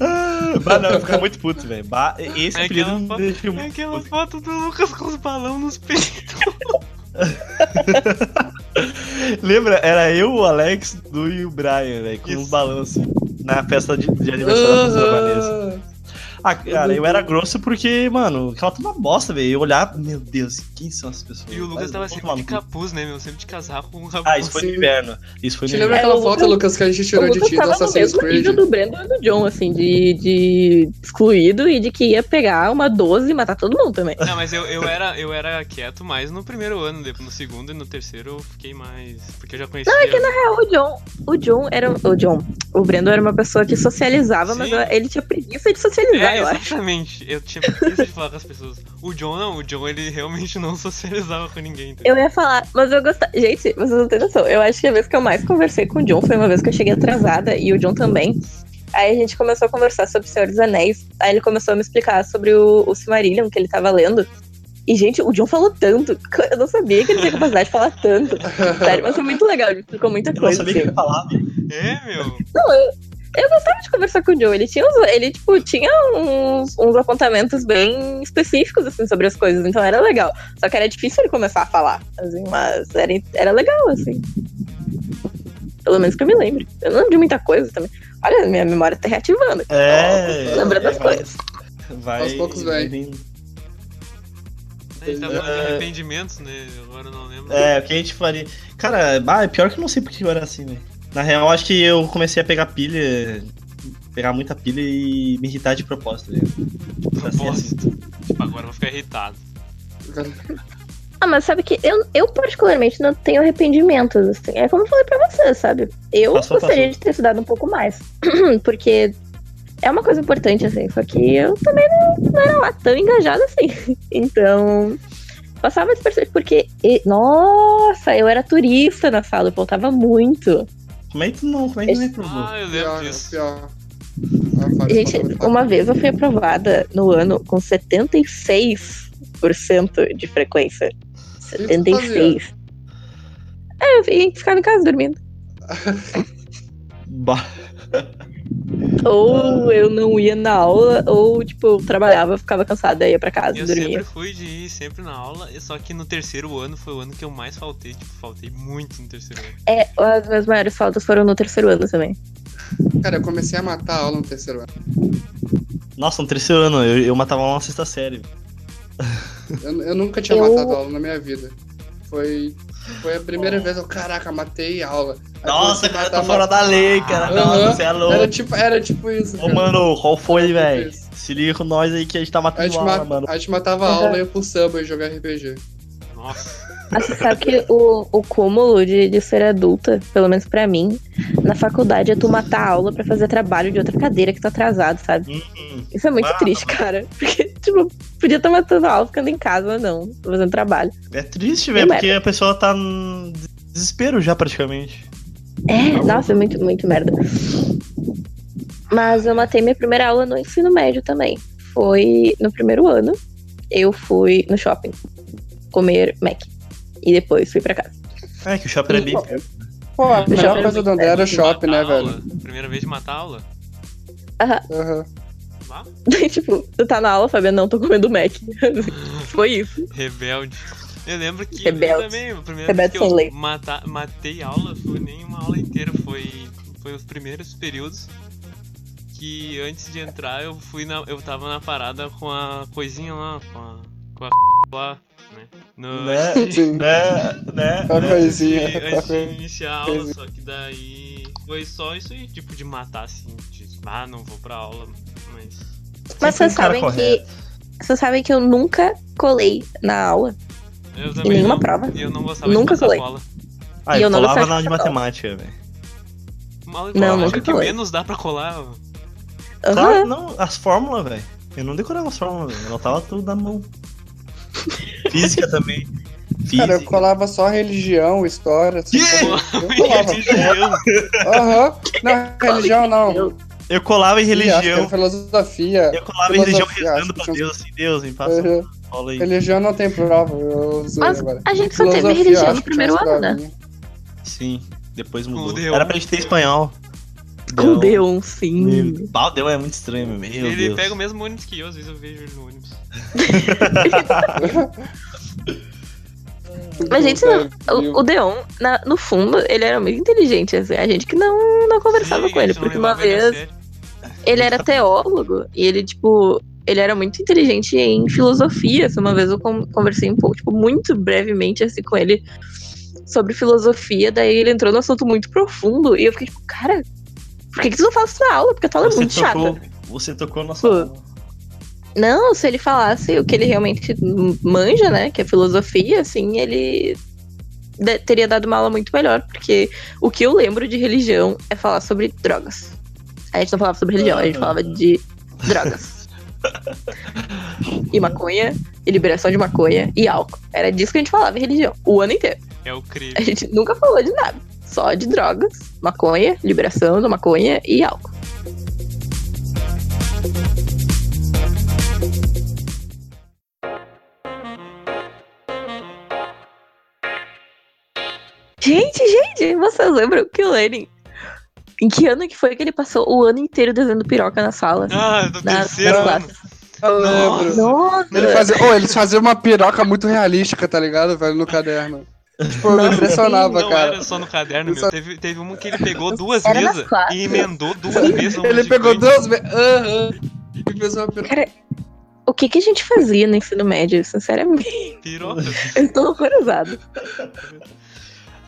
Speaker 2: Ah, bah, não, eu fico muito puto, velho. Bah, Esse
Speaker 1: É
Speaker 2: apelido
Speaker 1: aquela,
Speaker 2: me
Speaker 1: fo-
Speaker 2: deixa
Speaker 1: é
Speaker 2: muito
Speaker 1: aquela
Speaker 2: puto.
Speaker 1: foto do Lucas com os balão nos peitos.
Speaker 2: Lembra? Era eu, o Alex, Du e o Brian, velho, com um
Speaker 1: Isso.
Speaker 2: balão assim, na festa de, de aniversário da pessoa Vanessa. Ah, cara, eu era grosso porque, mano, aquela turma bosta, velho. Eu olhava, meu Deus, quem são essas pessoas?
Speaker 1: E o Lucas
Speaker 2: Mas,
Speaker 1: tava
Speaker 2: vamos
Speaker 1: sempre
Speaker 2: tomar
Speaker 1: de
Speaker 2: no cu.
Speaker 1: capuz, né, meu? Sempre de casaco com um capuz.
Speaker 2: Ah, isso foi no
Speaker 4: Sim.
Speaker 2: inverno. Isso foi no
Speaker 4: Te lembra
Speaker 2: inverno.
Speaker 4: aquela
Speaker 3: É, o
Speaker 4: foto,
Speaker 3: Lucas-
Speaker 4: Lucas, que a gente
Speaker 3: O
Speaker 4: tirou de
Speaker 3: Lucas
Speaker 4: ti do
Speaker 3: tava no
Speaker 4: Assassin's
Speaker 3: mesmo nível
Speaker 4: Creed?
Speaker 3: do Brandon e do John, assim, de, de excluído e de que ia pegar uma 12 e matar todo mundo também.
Speaker 1: Não, mas eu, eu, era, eu era quieto mais no primeiro ano, depois no segundo e no terceiro eu fiquei mais. Porque eu já conhecia. Não, é que na
Speaker 3: É, o John, o John era. O John, o Brandon era uma pessoa que socializava, mas
Speaker 1: Sim.
Speaker 3: ele tinha preguiça de socializar, É, eu acho.
Speaker 1: É, exatamente. Eu tinha preguiça de falar com as pessoas. O John não, o John ele realmente não socializava com ninguém. tá?
Speaker 3: Eu ia falar, mas eu gostava. Gente, vocês não têm noção. Eu acho que a vez que eu mais conversei com o John foi uma vez que eu cheguei atrasada e o John também. Aí a gente começou a conversar sobre o Senhor dos Anéis. Aí ele começou a me explicar sobre o, o Silmarillion que ele tava lendo. E, gente, o John falou tanto. que Eu não sabia que ele tinha capacidade de falar tanto. Sério, mas foi muito legal. Ele explicou muita
Speaker 2: Eu não
Speaker 3: coisa.
Speaker 2: sabia o que
Speaker 3: assim.
Speaker 2: eu ia falar, velho.
Speaker 1: É, meu.
Speaker 3: Não, eu, eu gostava de conversar com o John. Ele tinha, uns, ele, tipo, tinha uns, uns apontamentos bem específicos, assim, sobre as coisas. Então era legal. Só que era difícil ele começar a falar, assim, mas era, era legal, assim. Pelo menos que eu me lembre. Eu não lembro de muita coisa também. Olha, minha memória tá reativando.
Speaker 2: É.
Speaker 3: Lembrando das
Speaker 2: é,
Speaker 3: coisas.
Speaker 2: Vai.
Speaker 4: Aos poucos vai.
Speaker 1: A gente tava falando de
Speaker 2: É.
Speaker 1: arrependimentos, né? Agora eu não lembro.
Speaker 2: É, o que a gente faria. Cara, bah, é pior que eu não sei porque eu era assim, velho. Na real, eu acho que eu comecei a pegar pilha. Pegar muita pilha e me irritar de propósito, né? Tipo, assim, assim.
Speaker 1: Propósito. Tipo, agora eu vou ficar irritado.
Speaker 3: Ah, mas sabe que eu, eu particularmente não tenho arrependimentos, assim. É como eu falei pra você, sabe? Eu
Speaker 2: Passou,
Speaker 3: gostaria
Speaker 2: passou.
Speaker 3: de ter estudado um pouco mais. Porque é uma coisa importante, assim. Só que eu também não, não era lá tão engajada assim. Então. Passava despercebido, porque. e- nossa, eu era turista na sala, eu faltava muito.
Speaker 2: Como é que tu não, como é que tu não
Speaker 3: Esse-
Speaker 2: reprovou?
Speaker 1: Ah, eu lembro
Speaker 4: Pior, né?
Speaker 1: disso.
Speaker 4: pior. Ah, Fábio,
Speaker 3: Gente,
Speaker 4: Fábio, Fábio.
Speaker 3: uma vez eu fui aprovada no ano com 76% de frequência.
Speaker 4: E o que tu fazia?
Speaker 3: 76. É, eu fiquei- ficava em casa dormindo.
Speaker 2: Bah,
Speaker 3: Ou eu não ia na aula, ou, tipo, eu trabalhava, ficava cansada, ia pra casa,
Speaker 1: Eu
Speaker 3: dormia.
Speaker 1: sempre fui de ir sempre na aula, e só que no terceiro ano foi o ano que eu mais faltei, tipo, faltei muito no terceiro ano.
Speaker 3: É, as minhas maiores faltas foram no terceiro ano também.
Speaker 4: Cara, eu comecei a matar a aula no terceiro ano.
Speaker 2: Nossa, no terceiro ano, eu, eu matava lá na sexta série.
Speaker 4: Eu, eu nunca tinha
Speaker 3: Eu-
Speaker 4: matado aula na minha vida. Foi, foi a primeira vez, eu, caraca, matei aula. Aí
Speaker 2: Nossa,
Speaker 4: comecei a
Speaker 2: cara, eu
Speaker 4: matar
Speaker 2: tô fora da lei, cara. Nossa,
Speaker 4: Aham.
Speaker 2: você é
Speaker 4: aula. Era
Speaker 2: louco.
Speaker 4: tipo, era tipo isso.
Speaker 2: Ô,
Speaker 4: cara. Tipo
Speaker 2: mano, qual foi, velho?
Speaker 4: isso.
Speaker 2: Se liga com nós aí que a gente tá
Speaker 4: A
Speaker 2: matando
Speaker 4: gente,
Speaker 2: aula,
Speaker 4: ma-
Speaker 2: mano.
Speaker 4: a gente matava a
Speaker 3: Aham.
Speaker 4: aula e ia pro samba e jogar RPG.
Speaker 1: Nossa.
Speaker 3: Mas você sabe que o, o cúmulo de, de ser adulta, pelo menos pra mim, na faculdade é tu matar a aula pra fazer trabalho de outra cadeira que tá atrasado, sabe?
Speaker 1: Uhum.
Speaker 2: Hum,
Speaker 3: Isso é muito
Speaker 1: Ah.
Speaker 2: Mano.
Speaker 3: triste, cara. Porque, tipo, podia estar matando a aula ficando em casa, mas não, tô fazendo trabalho.
Speaker 2: é triste, velho,
Speaker 3: Tem
Speaker 2: porque a pessoa tá no desespero já, praticamente.
Speaker 3: É, nossa, é muito, muito merda. Mas eu matei minha primeira aula no ensino médio também. Foi no primeiro ano. Eu fui no shopping comer Mac. E depois fui pra casa.
Speaker 2: É, que o shopping é
Speaker 3: E-
Speaker 2: livre.
Speaker 4: Pô, a melhor
Speaker 3: shopping
Speaker 4: coisa do
Speaker 3: é
Speaker 4: André era o shopping, né,
Speaker 1: Matar aula?
Speaker 4: velho?
Speaker 1: Primeira vez de matar aula?
Speaker 4: Aham.
Speaker 1: Vá.
Speaker 3: Daí, tipo, tu tá na aula, Fabiano, não, tô comendo Mac. Foi isso.
Speaker 1: Rebelde. Eu lembro que
Speaker 3: Rebelde.
Speaker 1: eu também, a primeira
Speaker 3: Rebelde
Speaker 1: vez que
Speaker 3: sem lei.
Speaker 1: eu mata, matei aula, foi nem uma aula inteira, foi, foi os primeiros períodos que antes de entrar eu fui na, eu tava na parada com a coisinha lá, com a, com a lá, né? No-
Speaker 2: Né?
Speaker 4: Sim.
Speaker 2: Né? Né?
Speaker 4: Uma coisinha.
Speaker 1: antes, de, antes de iniciar a aula,
Speaker 4: Coisa.
Speaker 1: só que daí foi só isso aí, tipo de matar assim, de, ah, não vou pra aula, mas
Speaker 3: Mas
Speaker 2: Sempre
Speaker 3: vocês
Speaker 2: um cara
Speaker 3: sabem
Speaker 2: correto.
Speaker 3: que. Vocês sabem que eu nunca colei na aula.
Speaker 1: eu
Speaker 3: Em
Speaker 1: também
Speaker 3: nenhuma
Speaker 1: não,
Speaker 3: prova.
Speaker 1: eu não gostava
Speaker 3: Nunca
Speaker 1: de passar
Speaker 3: colei.
Speaker 1: cola.
Speaker 2: Ah,
Speaker 3: E
Speaker 2: eu
Speaker 3: eu não
Speaker 2: colava
Speaker 3: gostava de
Speaker 2: na aula de
Speaker 3: fazer aula.
Speaker 2: matemática, velho.
Speaker 1: Mal
Speaker 3: Não,
Speaker 1: não,
Speaker 3: nunca
Speaker 1: que
Speaker 3: colei.
Speaker 1: menos dá pra colar.
Speaker 3: Aham.
Speaker 2: Claro, Tá, não, as fórmulas, velho. Eu não decorava as fórmulas, velho. Eu anotava tudo na mão. Física também. Física.
Speaker 4: Cara, eu colava só religião, história. assim, essas
Speaker 2: Que?
Speaker 4: coisas. Eu
Speaker 1: é
Speaker 4: colava. Aham. Não, religião não.
Speaker 2: Eu colava em
Speaker 4: Sim, acho que
Speaker 2: religião.
Speaker 4: era filosofia.
Speaker 2: Eu colava em religião
Speaker 4: filosofia, acho
Speaker 2: rezando
Speaker 4: que
Speaker 2: pra
Speaker 4: tinha uns-
Speaker 2: Deus, assim, Deus, me passa uma
Speaker 4: Aham.
Speaker 2: escola aí.
Speaker 4: Religião não tem prova. Eu zoei
Speaker 3: Mas
Speaker 4: agora.
Speaker 3: A gente só teve
Speaker 4: Filosofia,
Speaker 3: religião
Speaker 4: acho que tinha
Speaker 3: no primeiro
Speaker 4: umas
Speaker 3: ano, né?
Speaker 4: provinhas.
Speaker 2: Sim, depois mudou.
Speaker 1: Deus.
Speaker 2: Era pra gente ter espanhol.
Speaker 3: Com
Speaker 2: Deus.
Speaker 3: Deon, sim.
Speaker 2: Meu, pau, Deus é muito estranho, meu
Speaker 1: ele
Speaker 2: Deus.
Speaker 1: pega o mesmo ônibus que eu, às vezes eu vejo ele no ônibus.
Speaker 4: né?
Speaker 3: Mas, gente,
Speaker 4: Puta, viu?
Speaker 3: O, o Deon, na- no fundo, ele era muito inteligente. assim, a gente que não, não conversava
Speaker 1: Sim,
Speaker 3: com
Speaker 1: a
Speaker 3: ele,
Speaker 1: gente não
Speaker 3: porque uma
Speaker 1: levava ele a
Speaker 3: vez
Speaker 1: sério.
Speaker 3: ele era teólogo e ele, tipo, ele era muito inteligente em filosofia. Assim, uma vez eu con- conversei um pouco, tipo, muito brevemente, assim, com ele sobre filosofia. Daí ele entrou num assunto muito profundo e eu fiquei, tipo, cara, por que, que tu não faz essa aula? Porque a tua aula é muito chata.
Speaker 2: tocou, Você tocou na
Speaker 3: Pô.
Speaker 2: sua.
Speaker 3: Não, se ele falasse o que ele realmente manja, né? Que é filosofia, assim, ele de- teria dado uma aula muito melhor, porque o que eu lembro de religião é falar sobre drogas. A gente não falava sobre religião, a gente falava de drogas. e maconha, e liberação de maconha e álcool. Era disso que a gente falava em religião, o ano inteiro.
Speaker 1: É o crime.
Speaker 3: A gente nunca falou de nada, só de drogas, maconha, liberação da maconha e álcool. Gente, gente, vocês lembram que o Lenin. Em que ano que foi que ele passou o ano inteiro desenhando piroca na sala?
Speaker 1: Ah, do
Speaker 3: Na-
Speaker 1: terceiro
Speaker 3: nas
Speaker 1: ano.
Speaker 3: classes.
Speaker 4: Eu lembro.
Speaker 3: Nossa!
Speaker 4: Ele fazia, oh, eles faziam uma piroca muito realística, tá ligado, velho, no caderno. Tipo, eu me
Speaker 3: Nossa,
Speaker 4: impressionava,
Speaker 1: Não
Speaker 4: cara.
Speaker 1: era só no caderno,
Speaker 4: Isso-
Speaker 1: meu. Teve, teve um que ele pegou duas
Speaker 3: Era nas
Speaker 1: mesas
Speaker 3: classes.
Speaker 1: e emendou duas mesas. numa
Speaker 4: Ele pegou
Speaker 1: gigante.
Speaker 4: duas vezes. Aham. E fez uma piroca.
Speaker 3: O que, que a gente fazia no ensino médio, sinceramente?
Speaker 1: Piroca.
Speaker 3: Eu estou horrorizada.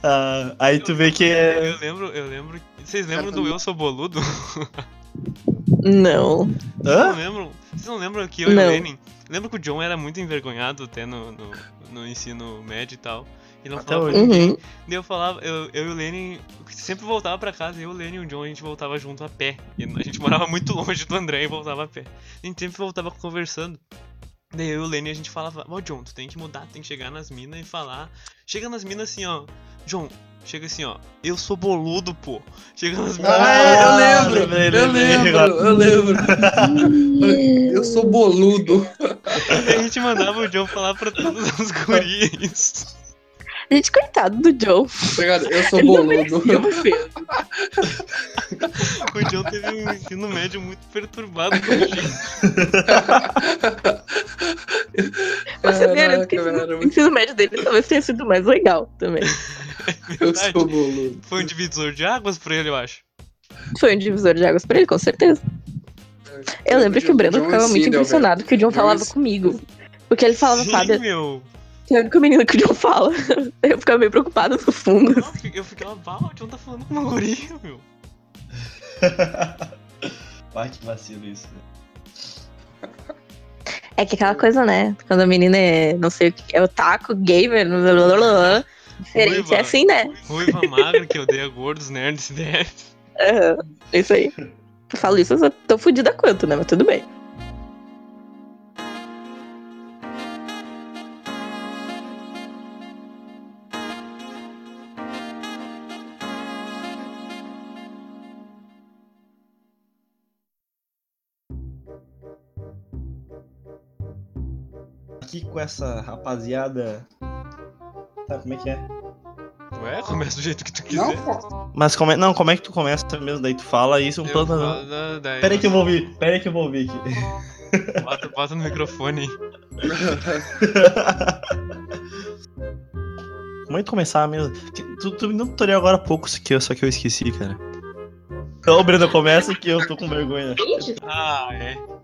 Speaker 2: Ah, aí tu vê que é.
Speaker 1: Eu lembro, eu lembro. Vocês lembram
Speaker 4: Cara,
Speaker 1: do
Speaker 4: tá
Speaker 1: Eu Sou Boludo?
Speaker 3: Não.
Speaker 1: Vocês
Speaker 2: Hã?
Speaker 1: não lembram? Vocês não lembram que eu e
Speaker 3: Não.
Speaker 1: o Lenin. Lembra que o John era muito envergonhado até no, no, no ensino médio e tal. E não
Speaker 2: Até
Speaker 1: falava
Speaker 2: hoje.
Speaker 1: com ninguém.
Speaker 3: Uhum.
Speaker 1: Daí eu falava, eu, eu e o Lenny sempre voltava pra casa, eu, o Lenny e o John, a gente voltava junto a pé. E a gente morava muito longe do André e voltava a pé. A gente sempre voltava conversando. Daí eu e o Lenny a gente falava, ó John, tu tem que mudar, tem que chegar nas minas e falar. Chega nas minas assim, ó. John, chega assim, ó. Eu sou boludo, pô. Chega nas minas. assim,
Speaker 4: Ah, é, eu lembro,
Speaker 2: lembrei,
Speaker 4: Eu
Speaker 2: lembrei
Speaker 4: lembro,
Speaker 2: agora.
Speaker 4: eu lembro. Eu sou boludo.
Speaker 1: Daí a gente mandava o John falar pra todas as gurias.
Speaker 3: Gente, coitado do Joe.
Speaker 4: Tá ligado? Eu sou
Speaker 3: Ele não
Speaker 4: boludo.
Speaker 3: merecia uma ofensa.
Speaker 1: O John teve um ensino médio muito perturbado com a gente.
Speaker 3: Mas eu garanto
Speaker 4: Caraca,
Speaker 3: que
Speaker 4: velho,
Speaker 3: né? o ensino médio dele talvez tenha sido mais legal também.
Speaker 4: Eu
Speaker 1: Verdade.
Speaker 4: sou boludo.
Speaker 1: Foi um divisor de águas pra ele, eu acho.
Speaker 3: Foi um divisor de águas pra ele, com certeza. Eu lembro que o Breno
Speaker 4: John
Speaker 3: ficava muito
Speaker 4: Sindel, velho.
Speaker 3: impressionado que o John
Speaker 4: John
Speaker 3: falava
Speaker 4: Sindel.
Speaker 3: comigo. O que ele falava,
Speaker 1: Sim,
Speaker 3: sabe?
Speaker 1: meu.
Speaker 3: Que é a única menina que o John fala. Eu ficava meio preocupada no fundo.
Speaker 1: Não, eu fiquei- eu fiquei lá, "Bah, o John tá falando com uma guria, meu.
Speaker 2: Ai, que vacilo isso. né?
Speaker 3: É que aquela coisa, né? Quando a menina é, não sei o que, é otaku, gamer, blá, blá, blá, blá, diferente.
Speaker 1: Ruiva.
Speaker 3: É assim, né?
Speaker 1: Ruiva magra que odeia gordos, nerds, né? DF.
Speaker 3: Aham, é isso aí. Eu falo isso, eu só tô fodida quanto, né? Mas tudo bem.
Speaker 2: Aqui com essa rapaziada. Tá, como é que é?
Speaker 1: Ué, começa do jeito que tu quiser.
Speaker 4: Não, pô.
Speaker 2: Mas como é, não, como é que tu começa mesmo? Daí tu fala isso, um
Speaker 1: Eu
Speaker 2: plano.
Speaker 1: falo da- daí,
Speaker 2: Pera aí que eu vou ouvir, pera aí que eu vou ouvir aqui.
Speaker 1: Bota, bota no microfone aí.
Speaker 2: Como é que começar mesmo? Que- Tu, tu me deu um tutorial agora há pouco, só que eu, só que eu esqueci, cara. Então, Breno, começa que eu tô com vergonha.
Speaker 3: Gente,
Speaker 1: Ah, é.